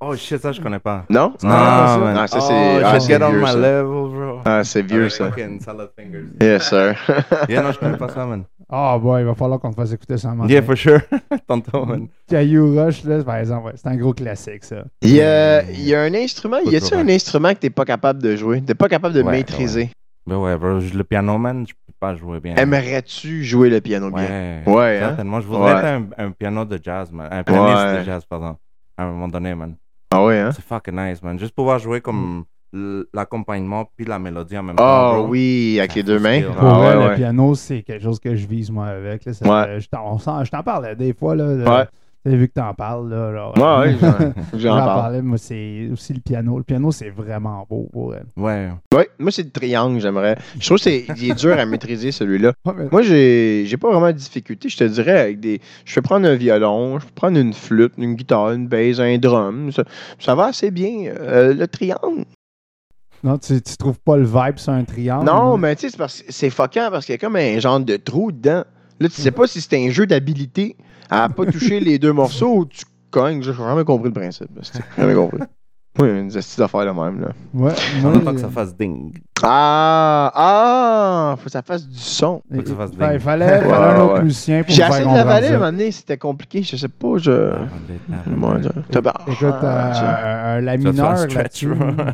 Oh shit, ça je connais pas. Non? Non, Ah, man. Non, ça, c'est. Oh, ah, shit, c'est get on vieux, my ça. level, bro. Ah, c'est vieux, Avec ça. fucking salad fingers. Yes, sir. [LAUGHS] Yeah, non, je connais pas ça, man. Ah, boy, il va falloir qu'on te fasse écouter ça un moment Yeah, donné. for sure. [LAUGHS] Tantôt, man. Caillou Rush, là, par exemple, ouais, c'est un gros classique, ça. Il y a, il y a un instrument. Y a-tu un Autorac. instrument que t'es pas capable de jouer? T'es pas capable de Ouais, maîtriser? Mais ouais, bro, je- le piano, man, je peux pas jouer bien. Aimerais-tu jouer le piano bien? Ouais. Ouais, hein? Certainement, je voudrais Ouais. être un, un piano de jazz, man. Un pianiste Ouais. de jazz, pardon. À un moment donné, man. Ah ouais, hein? C'est fucking nice, man. Juste pouvoir jouer comme l- l'accompagnement puis la mélodie en même temps. Mm. Ah bro. oui, avec Ça les fait deux mains. skill. Pour Ah vrai, ouais, le ouais. piano, c'est quelque chose que je vise, moi, avec. Là, ça- Ouais. je t'en on s'en- je t'en parlais des fois, là. de- Ouais. t'as vu que t'en parles, là. genre, Ouais, ouais, [LAUGHS] [LAUGHS] j'en- j'en J'en parle. parlais, moi, c'est aussi le piano. Le piano, c'est vraiment beau pour elle. Ouais. Ouais, moi, c'est le triangle, j'aimerais. Je trouve que c'est il est dur à maîtriser, celui-là. Ouais, mais- Moi, j'ai j'ai pas vraiment de difficulté. Je te dirais, avec des. Je peux prendre un violon, je peux prendre une flûte, une guitare, une bass, un drum. Ça, ça va assez bien. Euh, le triangle. Non, tu, tu trouves pas le vibe sur un triangle? non, hein? mais tu sais, c'est parce que c'est fuckant parce qu'il y a comme un genre de trou dedans. Là, tu sais pas si c'est un jeu d'habilité à pas toucher les deux morceaux ou tu cognes. J'ai jamais compris le principe. parce que J'ai jamais compris. Oui, une astuce d'affaire la même, là. Ouais, En moi, attendant que ça fasse ding. Ah! Ah! Faut que ça fasse du son. il- Faut que ça fasse il- ben, ding. il fallait, fallait Ouais, un autre ouais. musicien pour J'ai me essayé faire de l'avaler à un comprendre ça. moment donné, c'était compliqué, je sais pas, je. Ah, Comment dire? Tabar- Écoute, euh, Ah, un- un la Tu vas te faire un mineur stretch, là-dessus. bro.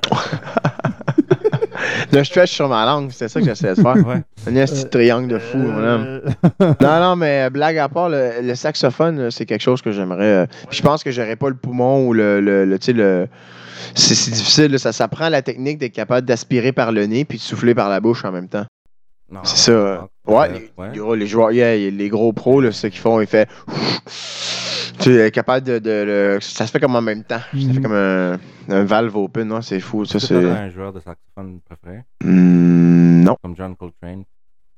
tu- Le stretch sur ma langue, c'était ça que j'essayais de faire. [LAUGHS] Ouais. Un petit triangle de fou, mon homme. Euh, Non, non, mais euh, blague à part, le, le saxophone, euh, c'est quelque chose que j'aimerais. euh, puis je pense que j'aurais pas le poumon ou le. le, le- tu sais, le. C'est c'est difficile, là, ça, ça prend la technique d'être capable d'aspirer par le nez puis de souffler par la bouche en même temps. Non. C'est ça. euh, Ouais, les, gros, les joueurs, yeah, les gros pros, là, ceux qui font, ils font. Tu es capable de, de- le- Ça se fait comme en même temps. Ça fait Mhm. comme un, un valve open, non? C'est fou. Ça, Est-ce c'est. que t'as un joueur de saxophone préféré, Hmm, non. comme John Coltrane.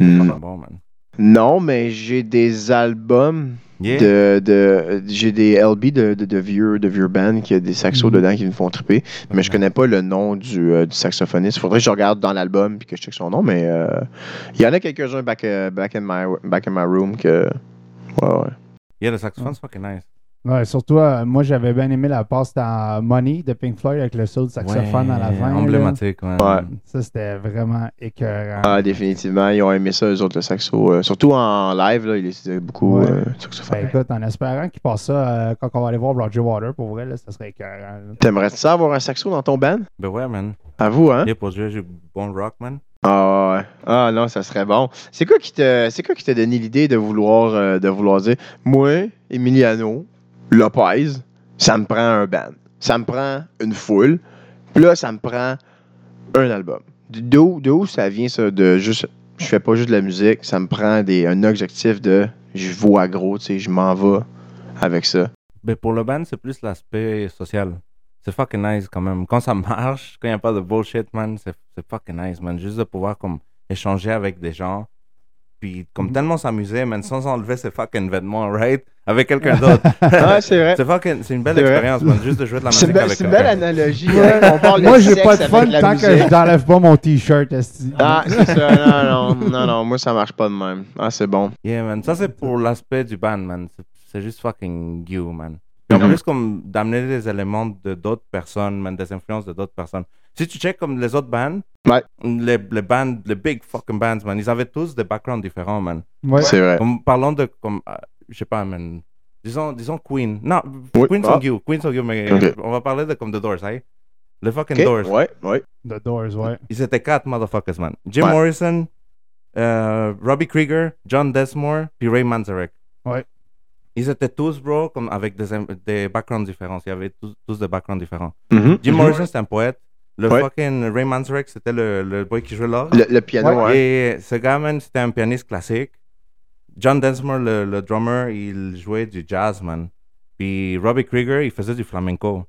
Hmm, Fucking bon, man. Non, mais j'ai des albums Yeah. de. de j'ai des LB de, de, de vieux, de vieux bands qui a des saxos Mhm. dedans qui me font triper. Mais je connais pas le nom du, euh, du saxophoniste. Faudrait que je regarde dans l'album puis que je check son nom. Mais euh, il y en a quelques-uns back, euh, back, in my, back in my room que. Ouais, ouais. Yeah, le saxophone, c'est fucking nice. Ouais, surtout, euh, moi, j'avais bien aimé la passe dans Money de Pink Floyd avec le solo de saxophone Ouais, à la fin. là. Emblématique, man. Ouais. Ça, c'était vraiment écœurant. Ah, définitivement, ils ont aimé ça, eux autres, le saxo. euh, surtout en live, là, ils utilisaient beaucoup Ouais. euh, le saxophone. Fait Ben, écoute, en espérant qu'il passe ça euh, quand on va aller voir Roger Water, pour vrai, là, ça serait écœurant. là. T'aimerais-tu ça avoir un saxo dans ton band? Ben ouais, man. À vous, hein? Yeah, pour jouer du bon rock, man. Ah, ouais. Ah, non, ça serait bon. C'est quoi qui te, c'est quoi qui t'a donné l'idée de vouloir, euh, de vouloir dire, moi, Emiliano, Lopez, ça me prend un band. Ça me prend une foule. Puis là, ça me prend un album. De- De où, de où ça vient, ça, de juste, je fais pas juste de la musique, ça me prend des, un objectif de, je vois gros, tu sais, je m'en vais avec [LAUGHS] ça. Mais pour le band, c'est plus l'aspect social. C'est fucking nice quand même. Quand ça marche, quand il n'y a pas de bullshit, man, c'est c'est fucking nice, man. Juste de pouvoir comme échanger avec des gens. Puis Mm-hmm. comme tellement s'amuser, man, sans enlever ses fucking vêtements, right? Avec quelqu'un [LAUGHS] d'autre. Ah, c'est vrai. c'est fucking, c'est une belle C'est vrai. expérience, man. Juste de jouer de la C'est musique une belle, avec c'est une belle quelqu'un. analogie. euh, hein. Ouais. On parle Moi, de j'ai Ah, sexe pas de avec fun la tant que musique. je n'enlève pas mon t-shirt. esti. Ah, c'est ça. Non, non, non, non. Moi, ça marche pas de même. Ah, c'est bon. Yeah, man. Ça, c'est pour l'aspect du band, man. C'est- C'est juste fucking you, man. Puis en Mhm. plus, comme d'amener des éléments de d'autres personnes, man, des influences de d'autres personnes. Si tu check comme les autres bands, Ouais. les, les bands, les big fucking bands, man, ils avaient tous des backgrounds différents, man. Ouais. C'est vrai. Comme, parlons de, comme, euh, je sais pas, man, disons, disons Queen. Non, Oui, Queen ah. sont you, Queen sont you, mais Ok. on va parler de comme The Doors, hey? Les fucking Ok, Doors. Ouais, ouais. The Doors, ouais. Ils étaient quatre motherfuckers, man. Jim Ouais. Morrison, euh, Robbie Krieger, John Desmore, puis Ray Manzarek. Ouais. Ils étaient tous, bro, comme avec des, des backgrounds différents. Il y avait tous, tous des backgrounds différents. Mhm. Jim Morrison, c'était un poète. Le Ouais. fucking Ray Manzarek, c'était le, le boy qui jouait l'or. le, le piano, Ouais. hein. Et ce gars, man, c'était un pianiste classique. John Densmore, le, le drummer, il jouait du jazz, man. Puis Robbie Krieger, il faisait du flamenco.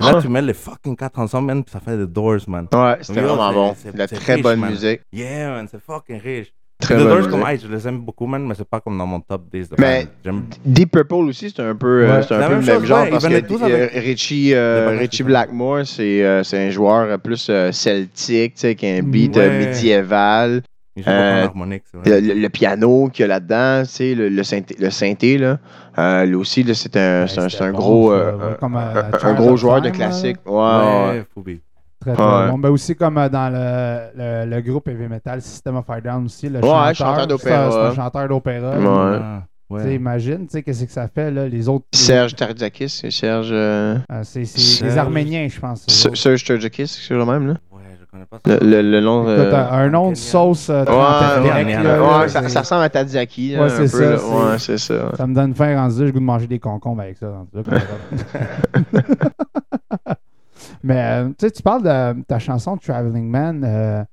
Là, Huh. tu mets les fucking quatre ensemble, man, puis ça fait The Doors, man. Ouais, c'était Yo, vraiment c'est- bon. c'est- De la c'est très riche, bonne man. musique. Yeah, man, c'est fucking riche. Très the bonne Doors, musique. comme, hey, je les aime beaucoup, man, mais c'est pas comme dans mon top 10. de Mais- band. J'aime- Deep Purple aussi, c'est un peu, euh, Ouais. c'est un La peu même le même chose, genre ouais, parce ils que venaient tous avec- euh, Richie, euh, Des bagages Richie différents. Blackmore, c'est euh, c'est un joueur euh, plus euh, celtique, tu sais, qui a un beat euh, Ouais. médiéval. Ils jouent Euh, pas en harmonique, c'est vrai. Le, le- le piano qu'il y a là-dedans, tu sais, le, le synthé, le synthé, là. Euh, lui aussi, là, c'est un, c'est un, c'est un gros, euh, euh, un- un gros joueur de classique. Ouais, ouais. ouais, Foubi. Très, très Ouais. bon. Ben aussi, comme euh, dans le, le, le groupe heavy metal System of a Down aussi, le Ouais, chanteur, chanteur c'est un- C'est d'opéra. un chanteur d'opéra. Ouais. Ah, Tu ouais. sais, Imagine, tu sais, qu'est-ce que ça fait, là, les autres. les- Serge Tardiakis, c'est Serge. euh, euh, c'est c'est Serge- les Arméniens, je pense. eux Ser- autres. Serge Tardiakis, c'est le même, là. Ouais, je connais pas ça. Le, le, le nom. Écoute, euh, un- un nom de Kenyan. sauce. euh, Ouais, trente ouais, avec, ouais, là, là, ouais, ça, c'est- ça ressemble à Tadiaki. là, Ouais, un c'est peu, ça, là. c'est- Ouais, c'est [LAUGHS] ça. Ça me donne faim rendu là, j'ai le goût de manger des concombres avec ça. rendu là, comme ça. Mais euh, tu sais, tu parles de ta chanson Traveling Man. euh,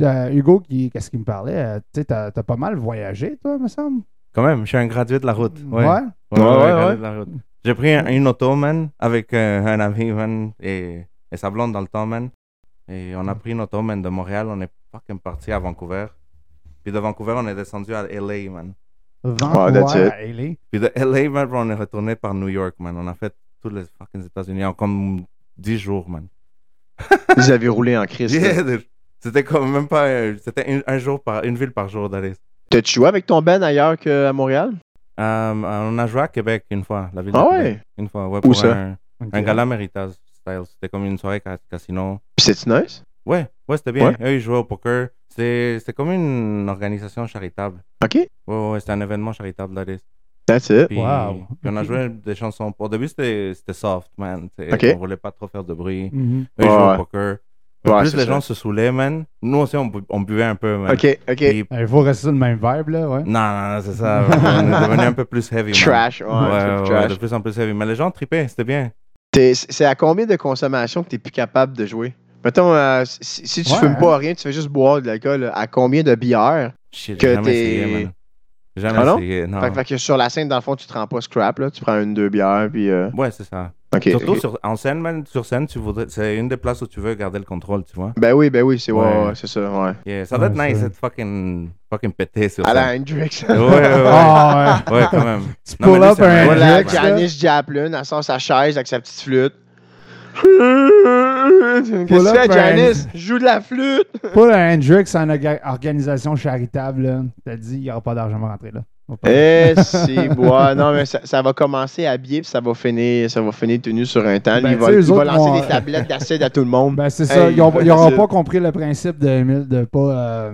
euh, Hugo, qui- qu'est-ce qu'il me parlait? euh, tu sais, t'as t'as pas mal voyagé, toi, me semble. Quand même, je suis un gradué de la route. Ouais. Ouais, ouais, regardez ouais. de la route. J'ai pris un- une auto, man, avec euh, un ami, man, et, et sa blonde dans le temps, man. Et on a pris une auto, man, de Montréal. On est fucking parti à Vancouver. Puis de Vancouver, on est descendu à LA, man. Vancouver, that's it. à LA. Puis de LA, man, on est retourné par New York, man. On a fait tous les fucking États-Unis en comme 10 jours, [LAUGHS] man. Ils avaient roulé en crise. là. Yeah, dude. C'était comme même pas. euh, C'était un, un jour par. Une ville par jour d'aller. T'as-tu joué avec ton band ailleurs qu'à Montréal? Euh, on a joué à Québec une fois, la ville de Ah Québec. ouais? Une fois, ouais, pour ça? un, Ok. un gala Meritage style. C'était comme une soirée ca- casino. Puis c'est-tu nice? Ouais, ouais, c'était bien. Ouais. Eux, ils jouaient au poker. C'est c'est comme une organisation charitable. OK. Ouais, ouais, ouais, c'était un événement charitable, Daris. That's it. Puis, Wow. puis on a joué des chansons. Au début, c'était c'était soft, man. T'sais, Ok. On voulait pas trop faire de bruit. Eux, Mhm. ils jouaient Ouais. au poker. En Ouais, plus c'est les ça. gens se saoulaient, man. Nous aussi, on, bu- on buvait un peu, man. OK, OK. Puis- Euh, Il faut rester sur le même vibe, là, ouais. non, non, non, c'est ça. [LAUGHS] on est devenu un peu plus heavy, man. Trash, ouais, hein. Ouais, c'est ouais, trash. de plus en plus heavy. Mais les gens tripaient, c'était bien. T'es- c'est à combien de consommation que t'es plus capable de jouer? Mettons, euh, si, si tu Ouais, fumes hein. pas rien, tu fais juste boire de l'alcool, à combien de bières? Shit, Que j'ai jamais t'es- essayé, man. J'ai Jamais Ah non? essayé, non. Fait, que- fait que sur la scène, dans le fond, tu te rends pas scrap, là. Tu prends une, deux bières, puis... euh, Ouais, c'est ça. OK, Surtout ok. sur- en scène, man, sur scène, tu voudrais, c'est une des places où tu veux garder le contrôle, tu vois. Ben oui, ben oui, c'est ouais, Ouais. ouais, c'est ça, ouais. Yeah, ça doit Ouais, être nice c'est- d'être fucking, fucking pété sur Alain scène. Hendrix. [LAUGHS] Ouais, ouais, ouais. Ah, ouais. ouais, quand même. [LAUGHS] Tu Non, mais pull lui, up c'est un vrai. Voilà, Hendrix, là. Janis Joplin, elle sort sa chaise avec sa petite flûte. Qu'est-ce que tu Voilà, fais, ben- Janis? Joue de la flûte! Paul Hendrix, c'est une orga- organisation charitable, là. T'as dit, il n'y aura pas d'argent à rentrer, là. On va [LAUGHS] pas- Eh, c'est bois. Non, mais ça, ça va commencer à habiller, puis ça va finir, ça va finir tenu sur un temps. Ben, il va, tu sais, il va eux autres lancer vont- des tablettes d'acide à tout le monde. Ben, c'est ça. Hey, ils ont- ils that's n'auront it. pas compris le principe de, Émile- de pas. euh,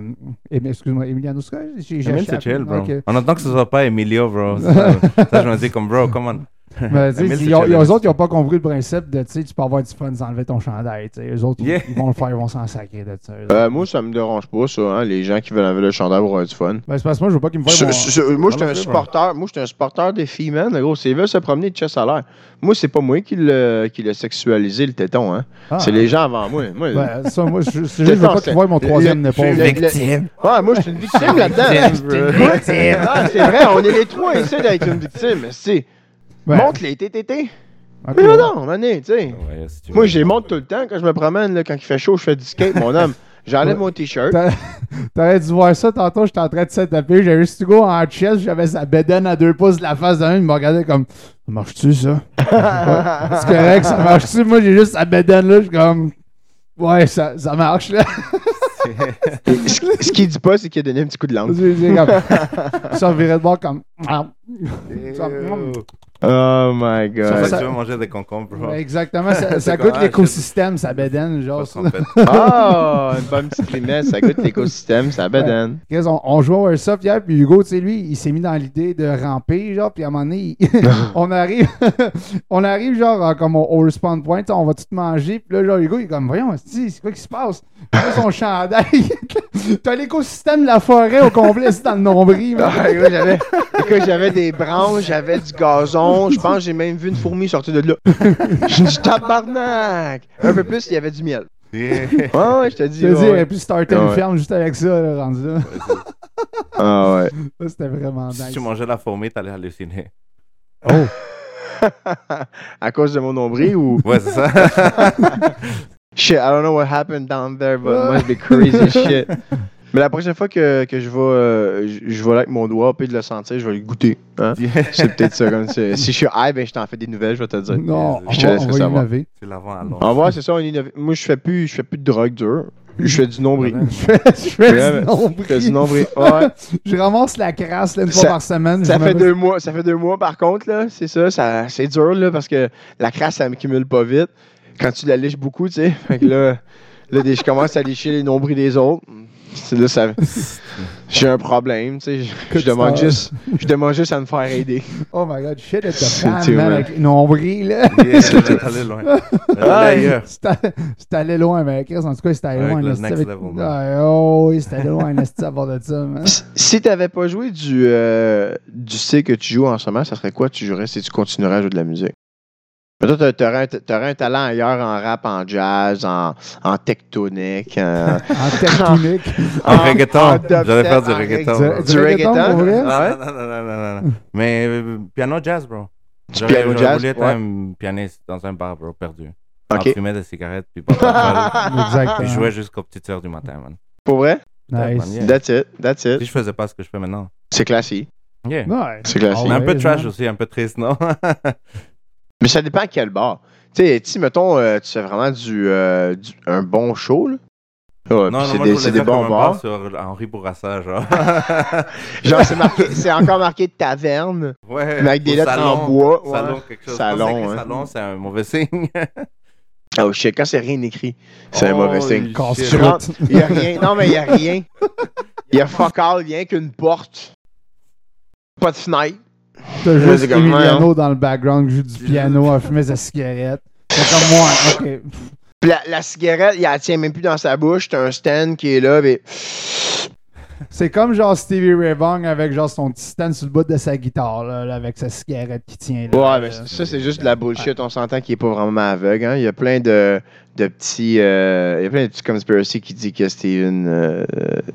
Émi- Excuse-moi, Emiliano Scott. J'ai j'ai Emile, c'est échappé. chill, bro. Ok. En attendant que ce soit pas Emilio, [LAUGHS] bro. c'est Ça, ça, je me dis comme, bro, come on. Mais, Ben, tu sais, Emile, c'est ils ont- chill, ils- eux Emile. autres, ils n'ont pas compris le principe de, tu sais, tu peux avoir du fun sans enlever ton chandail. tu sais. Eux autres, ils- Yeah. ils vont le faire, ils vont s'en sacrer de ça. eux autres. Euh, moi, ça me dérange pas, ça, hein, les gens qui veulent enlever le chandail pour avoir du fun. Ben, c'est parce que moi, je veux pas qu'ils me voient. Ce- mon- ce- ce- moi, Ah, j'étais mais un c'est vrai. supporter, moi, j'étais un supporter des filles, man. Le gros, s'ils veulent se promener de chest à l'air. Moi, c'est pas moi qui le- qui l'ai sexualisé, le téton, hein. Ah. C'est les gens avant moi. Moi, Ben, ça, moi, je, c'est juste, je veux pas Défense, qu'ils voient mon le- troisième le- épaule. le- Ouais, moi, je suis une victime là-dedans. Ah, c'est vrai, on est les trois ici d'être une victime. Si. Ouais. Montre les TTT. Ben, Ok. Mais non, mané, tu sais. Ouais, si tu Moi, veux. j'ai monte tout le temps quand je me promène, là, quand il fait chaud, je fais du skate, mon homme. J'enlève mon t-shirt. T'aurais- [LAUGHS] T'aurais dû voir ça tantôt, j'étais en train de se taper, j'avais juste Hugo en chest, j'avais sa bédaine à deux pouces de la face d'un, il me regardait comme Ça marche-tu ça? Ouais, c'est correct, ça marche-tu? Moi j'ai juste sa bédaine là, je suis comme Ouais, ça, ça marche là. [LAUGHS] Et Ce ce qu'il dit pas, c'est qu'il a donné un petit coup de langue. J'ai- j'ai comme- [LAUGHS] Je revirais de bord comme Ah. Comme, Oh my C'est pour ça god. que Ça- tu veux manger des concombres, bro. Exactement, ça, ça C'est coûte comme, ah, l'écosystème, sa bédaine, Pas genre. sans [LAUGHS] pète. Ah, une bonne petite limette, ça goûte l'écosystème, ça bédane. Chris, on, on jouait au Airsoft hier, puis Hugo, tu sais, lui, il s'est mis dans l'idée de ramper, genre, puis à un moment donné, [LAUGHS] il- [LAUGHS] on arrive, on arrive, genre, euh, comme au, au respawn point, tu sais, on va tout manger, puis là, genre, Hugo, il est comme, voyons, esti, c'est quoi qui se passe? Là, son [LAUGHS] chandail, T'as l'écosystème de la forêt au complet, c'est dans le nombril. man. [LAUGHS] Ah, écoute, j'avais, écoute, j'avais des branches, j'avais du gazon. Je pense que j'ai même vu une fourmi sortir de là. Je dis tabarnak! Un peu plus, il y avait du miel. Yeah. Ouais, ouais, je te Je dis. te dis, ouais, il ouais. aurait pu starter une Ouais. ferme juste avec ça, là, [LAUGHS] rendu là. Ah ouais. Ça, c'était vraiment Oh, Si nice. tu mangeais la fourmi, t'allais halluciner. Oh! à cause de mon nombril ou. Ouais, c'est ça. [LAUGHS] Shit, I don't know what happened down there, but it [LAUGHS] must be crazy as shit. Mais la prochaine fois que, que je vais euh, je, je vais là avec mon doigt, puis de le sentir, je vais le goûter. hein. Yeah. C'est peut-être ça comme ça. Si je suis high, ben je t'en fais des nouvelles, je vais te le dire. Non, on euh, Je te va, laisserai on va savoir. innover. [LAUGHS] Tu la vends à Londres. En vrai, c'est ça, on innove. Moi, je fais plus, je fais plus de drogue dure. Je fais du nombril. Je fais, je fais Ouais, mais- du nombril. Je fais du nombril. Ouais. je ramasse la crasse là, une Ça- fois par semaine. Ça je fait me- deux mois, ça fait deux mois par contre, là, c'est ça, ça c'est dur là, parce que la crasse, ça m'accumule pas vite. Quand tu la liches beaucoup, tu sais. [LAUGHS] Fait que là, là, dès que je commence à licher les nombrils des autres, c'est là [LAUGHS] ça. J'ai un problème, tu sais. Je- Je demande Écoute, juste. Je demande juste à me faire [LAUGHS] aider. Oh my god, shit, elle te C'est fan, tout, man, man. avec le [LAUGHS] nombril, là. Yeah, t'allais- [LAUGHS] t'allais loin. T'allais Ah, ailleurs. C'est allé- c'est allé loin, mais Chris, en tout cas, c'est allé Avec loin. le esti, next avec- level, man. Ah, oh, oui, c'est allé loin, Nasty, à bord de ça, man. Si- Si t'avais pas joué du euh, du C que tu joues en ce moment, ça serait quoi tu jouerais si tu continuerais à jouer de la musique? Mais toi, t'a- t'aurais un, t'aurais un talent ailleurs en rap, en jazz, en, en tectonique, en, [LAUGHS] En [LAUGHS] tectonique. Ah, En ah, reggaeton. dubstep, J'allais faire du ah, reggaeton. reggaeton. bro. Du reggaeton? pour [LAUGHS] vrai? Ah ouais? Non, non, non, non, non, non, non. Mais euh, piano jazz, bro. du J'aurais- piano j'aurais jazz. voulu être ouais. un pianiste dans un bar, bro, perdu. Ok. En fumait des cigarettes, puis pas [LAUGHS] de Exactement. Puis je jouais jusqu'aux petites heures du matin, man. Pour vrai? Nice. Yeah. That's it, that's Si it. je faisais pas ce que je fais maintenant. C'est classique. Yeah. Ouais. C'est classique. Mais un peu ouais, trash man. aussi, un peu triste, non? [LAUGHS] Mais ça dépend à quel bar. Tu sais, si, mettons, euh, tu fais vraiment du, euh, du- un bon show, là. Ouais, non, puis non, c'est moi, je des, voulais c'est des faire comme bons un bar bars. sur Henri [LAUGHS] Bourassa, genre. Genre, c'est marqué- c'est encore marqué taverne, ouais. mais avec des ou lettres salon. en bois. ouais. Salon, quelque chose. Salon, Quand c'est écrit hein. salon, c'est un mauvais signe. Oh shit, quand c'est rien écrit, [LAUGHS] c'est un Oh, mauvais signe. shit. Casse-croûte. Tu rentres, il y a rien. Non, mais il y a rien. Il y a fuck all, il y a qu'une porte. Pas de fenêtre. T'as Ouais, juste c'est comme moi, hein. Emiliano dans le background qui joue du piano, à fumer sa cigarette. C'est comme moi, hein. ok. Puis La, la cigarette, il la tient même plus dans sa bouche. T'as un stand qui est là, mais. C'est comme genre Stevie Ray Vaughan avec genre son petit stand sur le bout de sa guitare, là, là, avec sa cigarette qui tient là. Ouais, mais Là. ça, c'est juste de la bullshit. On s'entend qu'il est pas vraiment aveugle. Hein? Il y a plein de, de petits. euh, il y a plein de petits conspiracy qui dit que Steven, euh,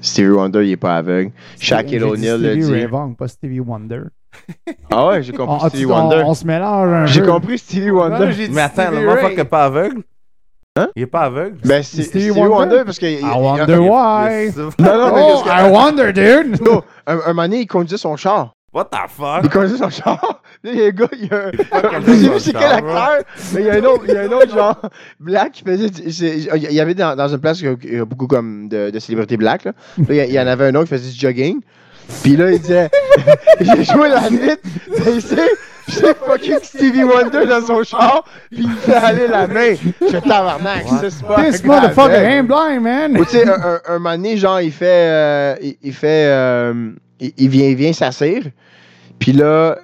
Stevie Wonder, il est pas aveugle. Shaquille J'ai dit O'Neal le Stevie Ray dit. Vaughan, pas Stevie Wonder. Ah ouais, j'ai On, compris Stevie on- Wonder. on se mélange un J'ai peu. compris Stevie Non, Wonder. j'ai dit Mais attends, Stevie le motherfucker Ray. est pas aveugle. Hein? Il est pas aveugle. Ben, c'est Stevie Stevie Wonder? Wonder, parce que. I wonder why. Non, non, mais Oh, parce que- Oh, I wonder, dude! [LAUGHS] Non, un, un moment donné, il conduisait son char. What the fuck? Il conduisait son char. Là, il y a un gars, il y a un. conduisait J'ai vu son c'est char, quel bro. acteur. Mais il y a un autre, il y a un autre genre black qui faisait. du- c'est- Il y avait dans, dans une place où il y a beaucoup comme de, de célébrités black. Là. Là, il y a- il y en avait un autre qui faisait du jogging. Puis là, il disait [LAUGHS] J'ai joué la nuit, mais c'est. J'ai fucking Stevie Wonder dans son char, puis il me fait aller la main. Je fais tabarnak, ça c'est pas. This grave, motherfucker hein. ain't blind, man! Ou tu sais, un, un, un moment donné, genre, il fait. euh, il, il fait. euh, il, il vient, il vient s'assire. Puis là,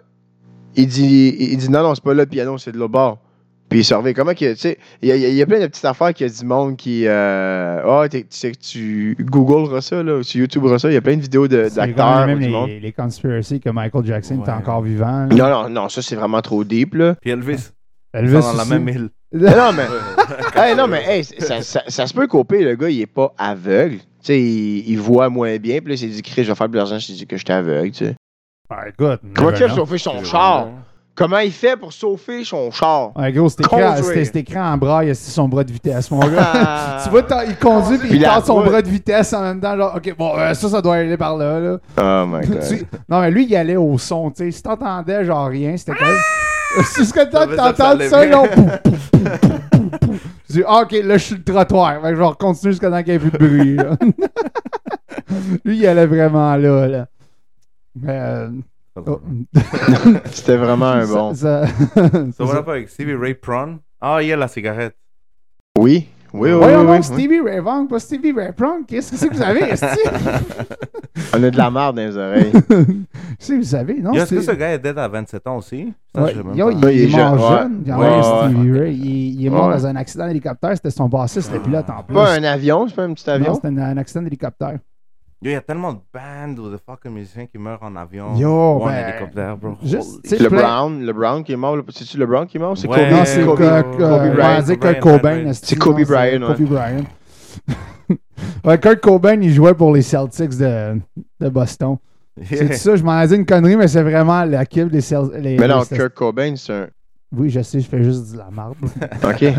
il dit, il dit non, non, c'est pas là le piano, c'est de l'autre bord. Puis il se revient. Comment que. Tu sais, il y, a- il y a- il y a plein de petites affaires qu'il y a du monde qui. Euh, oh, tu sais, que tu googleras ça, là, ou tu youtuberas ça. Il y a plein de vidéos de- C'est quand d'acteurs ou même du monde. les, les conspiracies que Michael Jackson était Ouais. encore vivant. là. Non, non, non, ça, c'est vraiment trop deep, là. Puis Elvis, Elvis ils sont dans la aussi. même île. Mais non, [LAUGHS] mais. hey, non, mais hey, ça, ça- ça se peut couper, le gars, il est pas aveugle. Tu sais, il, il voit moins bien. Puis là, il s'est dit, Chris, je vais faire de l'argent. Je dit que j'étais aveugle, tu sais. Ah, écoute, Comment never il a know. sauvé son char? Comment il fait pour sauver son char? Ouais, gros, c'est écrit, Conduire. c'était- c'était écrit en braille, c'est son bras de vitesse, mon gars. Ah. tu vois, t'as- il conduit puis Puis il la tente son route. bras de vitesse en même temps. Genre, ok, bon, euh, ça, ça doit aller par là. là. Oh my Tu- Non, mais lui, il allait au son, tu sais. Si t'entendais, genre rien, c'était quand même. [LAUGHS] C'est ce que Ça t'as- veut dire que ça t'entends allait ça, bien. là. pouf, pouf, pouf, pouf, pouf, pouf. Tu dis, ah, ok, là, je suis le trottoir. Fait que je vais continuer jusqu'à temps qu'il n'y ait plus de bruit. là. [LAUGHS] lui, il allait vraiment là, là. Mais. euh, oh. [LAUGHS] C'était vraiment un Ah, Ça- bon. [LAUGHS] ça- So what about Stevie Ray Prawn? Ah, il y a la cigarette. Oui. Oui, oui, oui. Voyons oui, donc, Stevie Ray Vaughan, pas Stevie Ray Vaughan. Qu'est-ce que c'est que vous avez, Esti? On a de la merde dans les [LAUGHS] oreilles. Qu'est-ce que vous avez, non? Yo, Est-ce c'est- que ce gars est dead à 27 ans aussi? Ça, Ouais, je sais même yo, pas. il, Ah, Ouais, il est est mort jeune, ouais. jeune, quand Ouais, même, ouais, Stevie Ray. Il, il est mort Ouais. dans un accident d'hélicoptère. C'était son bassiste, le pilote en plus. Pas un avion, c'est pas un petit Non, avion. C'était un, un accident d'hélicoptère. Yo, il y a tellement de bands ou de fucking musiciens qui meurent en avion Yo, ou en ben, hélicoptère, bro. [LAUGHS] Juste, tu sais, Le plein- Brown, le Brown qui est mort. là. C'est-tu le Brown qui est mort? C'est Ouais. Kobe, Non, c'est Kobe- Kobe, Kobe Bryant. Bryant. C'est Kurt Kobe Bryant, Cobain. ouais. esti, C'est Kobe non, Bryant, ouais. Kobe Bryant. [LAUGHS] ouais, Kurt Cobain, il jouait pour les Celtics de, de Boston. C'est ça, je m'en ai dit une connerie, mais c'est vraiment l'équipe des Celtics. Mais non, Kurt Cobain, c'est un. Oui, je sais, je fais juste de la [LAUGHS] merde. Ok.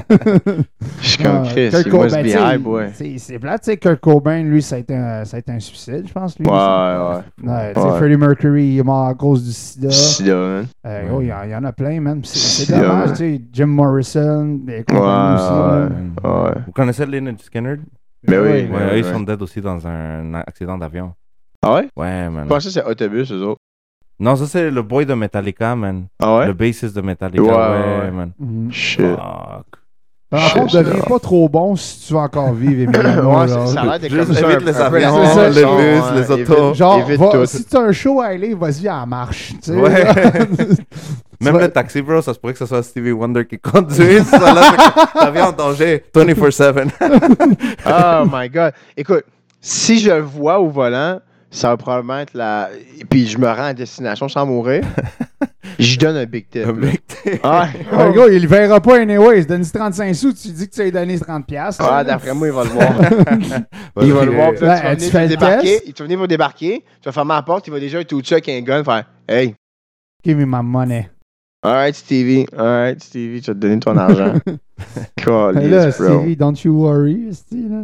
Je suis comme Ah, Chris. It Kurt must Cobain, be tu sais, high, il- boy. C'est c'est plate, tu sais, Kurt Cobain, lui, ça a été un, ça a été un suicide, je pense, lui. Ouais, ça. ouais. Ouais, tu sais, Ouais. Freddie Mercury, il est mort à cause du sida. Sida, man. Euh, gros, il y, en- il y en a plein, man. C'est- C'est Sida. dommage, tu sais, Jim Morrison, les Ouais, compagnies aussi, là. ouais. Ah Ben ouais. Vous connaissez Leonard Skinner? Mais oui. Ouais, Ouais, ouais, eux, ils ouais. sont dead aussi dans un accident d'avion. Ah ouais? Ouais, man. Je pensais que c'est autobus, eux autres. Non, ça c'est le boy de Metallica, man. Ah ouais? Le bassiste de Metallica. Ouais, Ouais, ouais, ouais. man. Mhm. Shit. Fuck. Par Shit, contre, deviens ça. pas trop bon si tu veux [LAUGHS] encore vivre, Emiliano. Ouais, genre. c'est- ça a l'air d'être Juste comme ça. évite un- les un peu avions, la même les façon, bus, hein. les Évite- autos. Genre, évite va- tout. [LAUGHS] si t'as un show à aller, vas-y à la marche. tu sais. Ouais. [LAUGHS] Tu Même vas- le taxi, bro, ça se pourrait que ce soit Stevie Wonder [LAUGHS] qui conduise. ça, là, c'est- L'avion en danger 24-7. Oh my God. Écoute, si je le vois au volant, ça va probablement être la. Puis je me rends à destination sans [LAUGHS] mourir. Je donne un big tip. là. Le mec, t'es- [LAUGHS] Ah, Ah, le gars, il le verra pas anyways. Donne 35 sous, tu dis que tu as donné 30 piastres. ah, d'après moi, il va le [LAUGHS] voir. Il va le voir. Puis là, Ouais, tu tu vas venir, fais le il va débarquer. test. Il va venir, il va débarquer. Tu vas fermer la porte. Il va déjà être au-dessus avec un gun. Faire Hey, Give me my money. alright, Stevie. Alright, Stevie, je vais te donner ton [LAUGHS] argent. Hey, Calisse, là, bro. Stevie. Stevie, don't you worry, esti, là.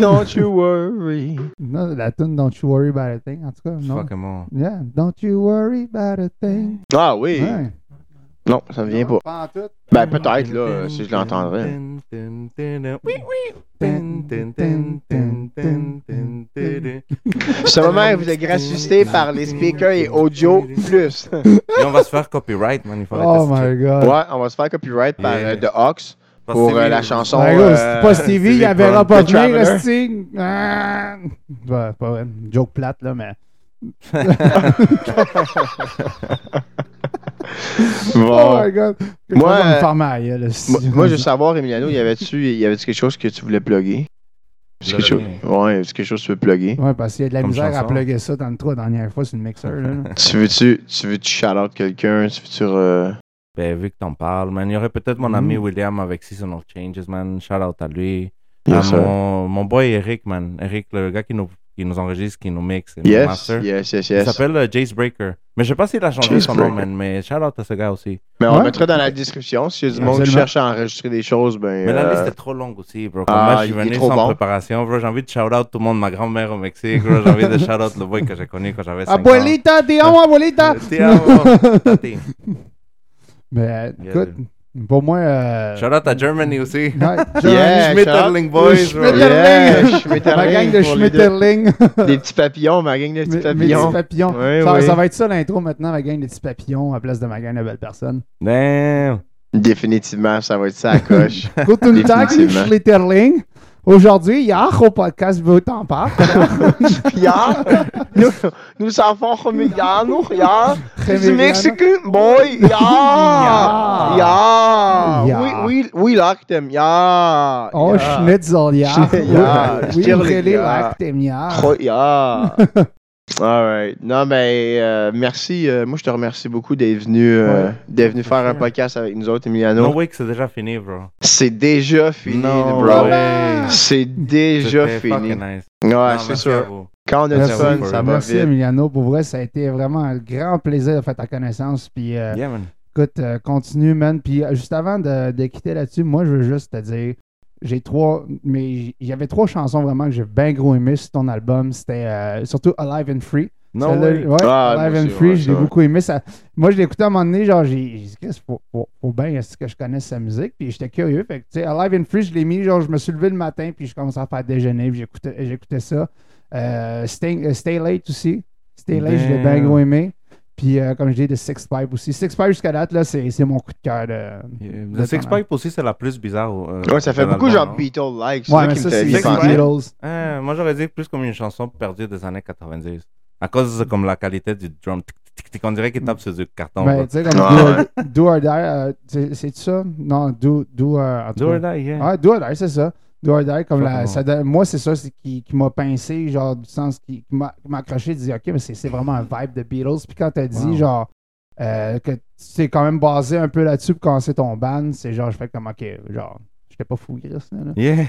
don't you worry. Non, la tune Don't you worry about a thing, en tout cas, non. Fucking bon. Yeah, don't you worry about a thing. Ah oui. Ouais. Non, ça me vient pas. Pas en tout. Ben, peut-être, là, si je l'entendrais. Ce moment, vous êtes gracieuseté par les speakers et audio [LAUGHS] plus. Et on va se faire copyright, man. Il faut Oh arrêter my god. Ouais, on va se faire copyright par Yeah. euh, The Ox cette shit. Parce que pour euh, Stevie- la chanson. Ouais, gros, c'est euh, pas Stevie, [LAUGHS] il Stevie la verra pas Bond, The venir, Traveler. esti. Ah! Ouais, pas vrai. Joke plate, [LAUGHS] là, mais. [LAUGHS] bon. Oh my god. Moi, Moi, euh, moi, moi, je veux savoir, Emiliano, y avait-tu y avait quelque chose que tu voulais plugger? Est-ce que Plugger. tu- Ouais, est-ce quelque chose que tu veux plugger? Ouais, parce qu'il y a de la Comme misère à chanson. plugger ça dans le trou la dernière fois sur le mixeur. Là, là. Tu veux-tu tu veux tu shout-out quelqu'un? Tu veux-tu... euh, re- Ben, vu que t'en parles, man, il y aurait peut-être [LAUGHS] mon ami Mhm. William avec Seasonal Changes, man. Shout out à lui. Yes, à sir. Ah, mon, mon boy Eric, man. Eric, le gars qui nous, qui nous enregistre, qui nous mixe, et nous Yes, master. yes, yes, Il yes. s'appelle euh, Jace Breaker. Mais je sais pas s'il a changé Jace son nom, Breaker. man, mais shout out à ce gars aussi. Mais on Ouais. mettra dans la description. Si y a du monde qui Absolument. cherche à enregistrer des choses, ben... Mais la euh, liste est trop longue aussi, bro. Comme Ah, là, je suis il est venu trop sans bon. préparation, bro. J'ai envie de shout out tout le monde, ma grand-mère au Mexique, bro. J'ai envie de shout out le boy que j'ai connu [LAUGHS] quand Ah, j'avais 5 ans. Abuelita, te amo, abuelita! [LAUGHS] Te amo, tati. Mais Yeah, écoute, pour moi. Euh... [LAUGHS] Shout out à Germany aussi. Ouais, [LAUGHS] Yeah, Eh, Johnny shout out. Schmetterling Boys, bro. Schmetterling. Yeah, Schmitt- ma gang de pour les deux. Schmetterling. Des petits papillons, ma gang de petits Mes- mes petits papillons. papillons. Oui, ça, oui. ça va être ça l'intro maintenant, ma gang des petits papillons à place de ma gang de [LAUGHS] belles personnes. Damn. Définitivement, ça va être ça à [LAUGHS] coche. Guten Tag, Définitivement. Schmetterling. Aujourd'hui, hier, au podcast, vous t'en parle. [LAUGHS] Ja, nous, nous avons Romiliano, ja, du Remiliano. Mexican boy, [LAUGHS] ja, Ja. ja, Ja. we, we, we like them, ja, Oh, Schnitzel, hier. Ja, Oui, Schmetterling, Aurélie ja. Lactem, hier. Tro- ja. Alright. Ah! Non, mais euh, merci. euh, moi, je te remercie beaucoup d'être venu, euh, Ouais. d'être venu faire un sûr. podcast avec nous autres, No Emiliano. way que c'est déjà fini, bro. C'est déjà fini, No bro. way. C'est déjà C'était fini. fucking nice. Ouais, Non, c'est merci à sûr. vous. Quand on a du Merci, fun, ça va merci vite. Emiliano. Pour vrai, ça a été vraiment un grand plaisir de faire ta connaissance. Puis euh, Yeah, man. écoute, euh, continue, man. Puis euh, juste avant de, de quitter là-dessus, moi, je veux juste te dire, j'ai trois, mais j'avais trois chansons vraiment que j'ai bien gros aimé sur ton album. C'était euh, surtout Alive and Free. No Celle-là, way. ouais, Ah, Alive moi and aussi, Free, ouais, je l'ai ça, ouais. beaucoup aimé. Ça, moi, je l'ai écouté à un moment donné, genre, j'ai j'ai dit, Chris, faut, faut, faut bien est-ce que je connaisse sa musique. Puis j'étais curieux. Fait que, tu sais, Alive and Free, je l'ai mis, genre, je me suis levé le matin, puis je commençais à faire déjeuner, puis j'écoutais- j'écoutais ça. Euh, Stay, euh, Stay Late aussi. Stay Late, je l'ai bien Ben. Damn. gros aimé. Puis, euh, comme je dis, de Six Pipe aussi. Six Pipe jusqu'à date, là, c'est c'est mon coup de cœur. de- Yeah. de Euh, Le Six ton album. Pipe aussi, c'est la plus bizarre. euh, Ouais, ça fait de beaucoup l'album, genre non? Beatle-like. C'est Ouais, ça mais qui me ça, fait c'est Six penser. c'est Pipe. Beatles. Euh, moi, j'aurais dit plus comme une chanson perdue des années 90. À cause de comme, la qualité du drum. Tic, tic, tic, on dirait qu'il tape sur du carton. Ben, bro. tu sais, comme Ouais, Do or- Do or Die, euh, c'est- c'est ça? Non, Do, do, euh, en tout Do cas. or die, yeah. Ouais, Ah, Do or Die, c'est ça. Do or die, comme Ça, la, comment? ça donne- moi, c'est ça c'est qui, qui m'a pincé, genre, du sens qui, qui m'a qui m'a accroché, de dire, OK, mais c'est c'est vraiment un vibe de Beatles. Puis quand t'as dit, Wow. genre, euh, que c'est quand même basé un peu là-dessus, puis quand c'est ton ban, c'est genre, je fais comme, OK, genre, j'étais pas fou, Chris. Là, là. Yeah.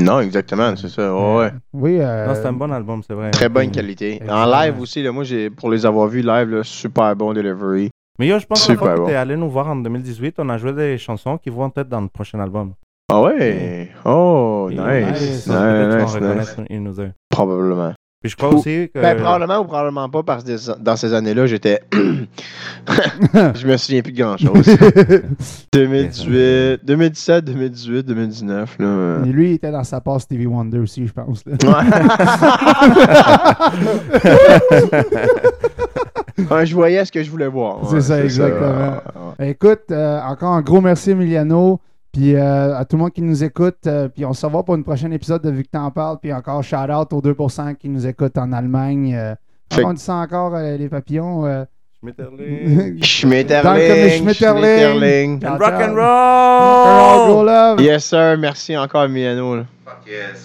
Non, exactement, c'est ça. ouais, ouais. Oui, euh, Non, c'est [LAUGHS] un bon album, c'est vrai. Très bonne qualité. En Exactement. live aussi, là, moi, j'ai pour les avoir vus live, là, super bon delivery. Mais yo, je pense que la Super fois que bon. t'es allé nous voir en 2018, on a joué des chansons qui vont être dans le prochain album. Ah ouais! Oh, Et- nice! Nice, Ouais, peut-être nice, qu'on va nice. reconnaître une ou deux. Probablement. Puis je crois Ou- aussi que. Ben, Äh, probablement ou probablement pas, parce que des- dans ces années-là, j'étais. [CLEARS THROAT] je me souviens plus de [LAUGHS] grand-chose. 2018, 2017, 2018, 2019, là. [LAUGHS] euh. Et lui, il était dans sa passe TV Wonder aussi, je pense. là. Ouais, [LAUGHS] je voyais ce que je voulais voir. C'est Ouais, Ah, ça, exactement. Ouais, ouais. Écoute, euh, encore un gros merci, Emiliano. Puis euh, à tout le monde qui nous écoute. euh, puis on se revoit pour un prochain épisode de Vu que t'en parles. Puis encore shout out aux 2% qui nous écoutent en Allemagne. euh. Fait- On dit ça encore, euh, les papillons. euh. [LAUGHS] Schmetterling. Schmetterling, Danke, Schmetterling. Schmetterling. And Ciao, rock ciao. and roll! Rock and roll, love. Yes, sir. Merci encore, Miano. là. Fuck yes.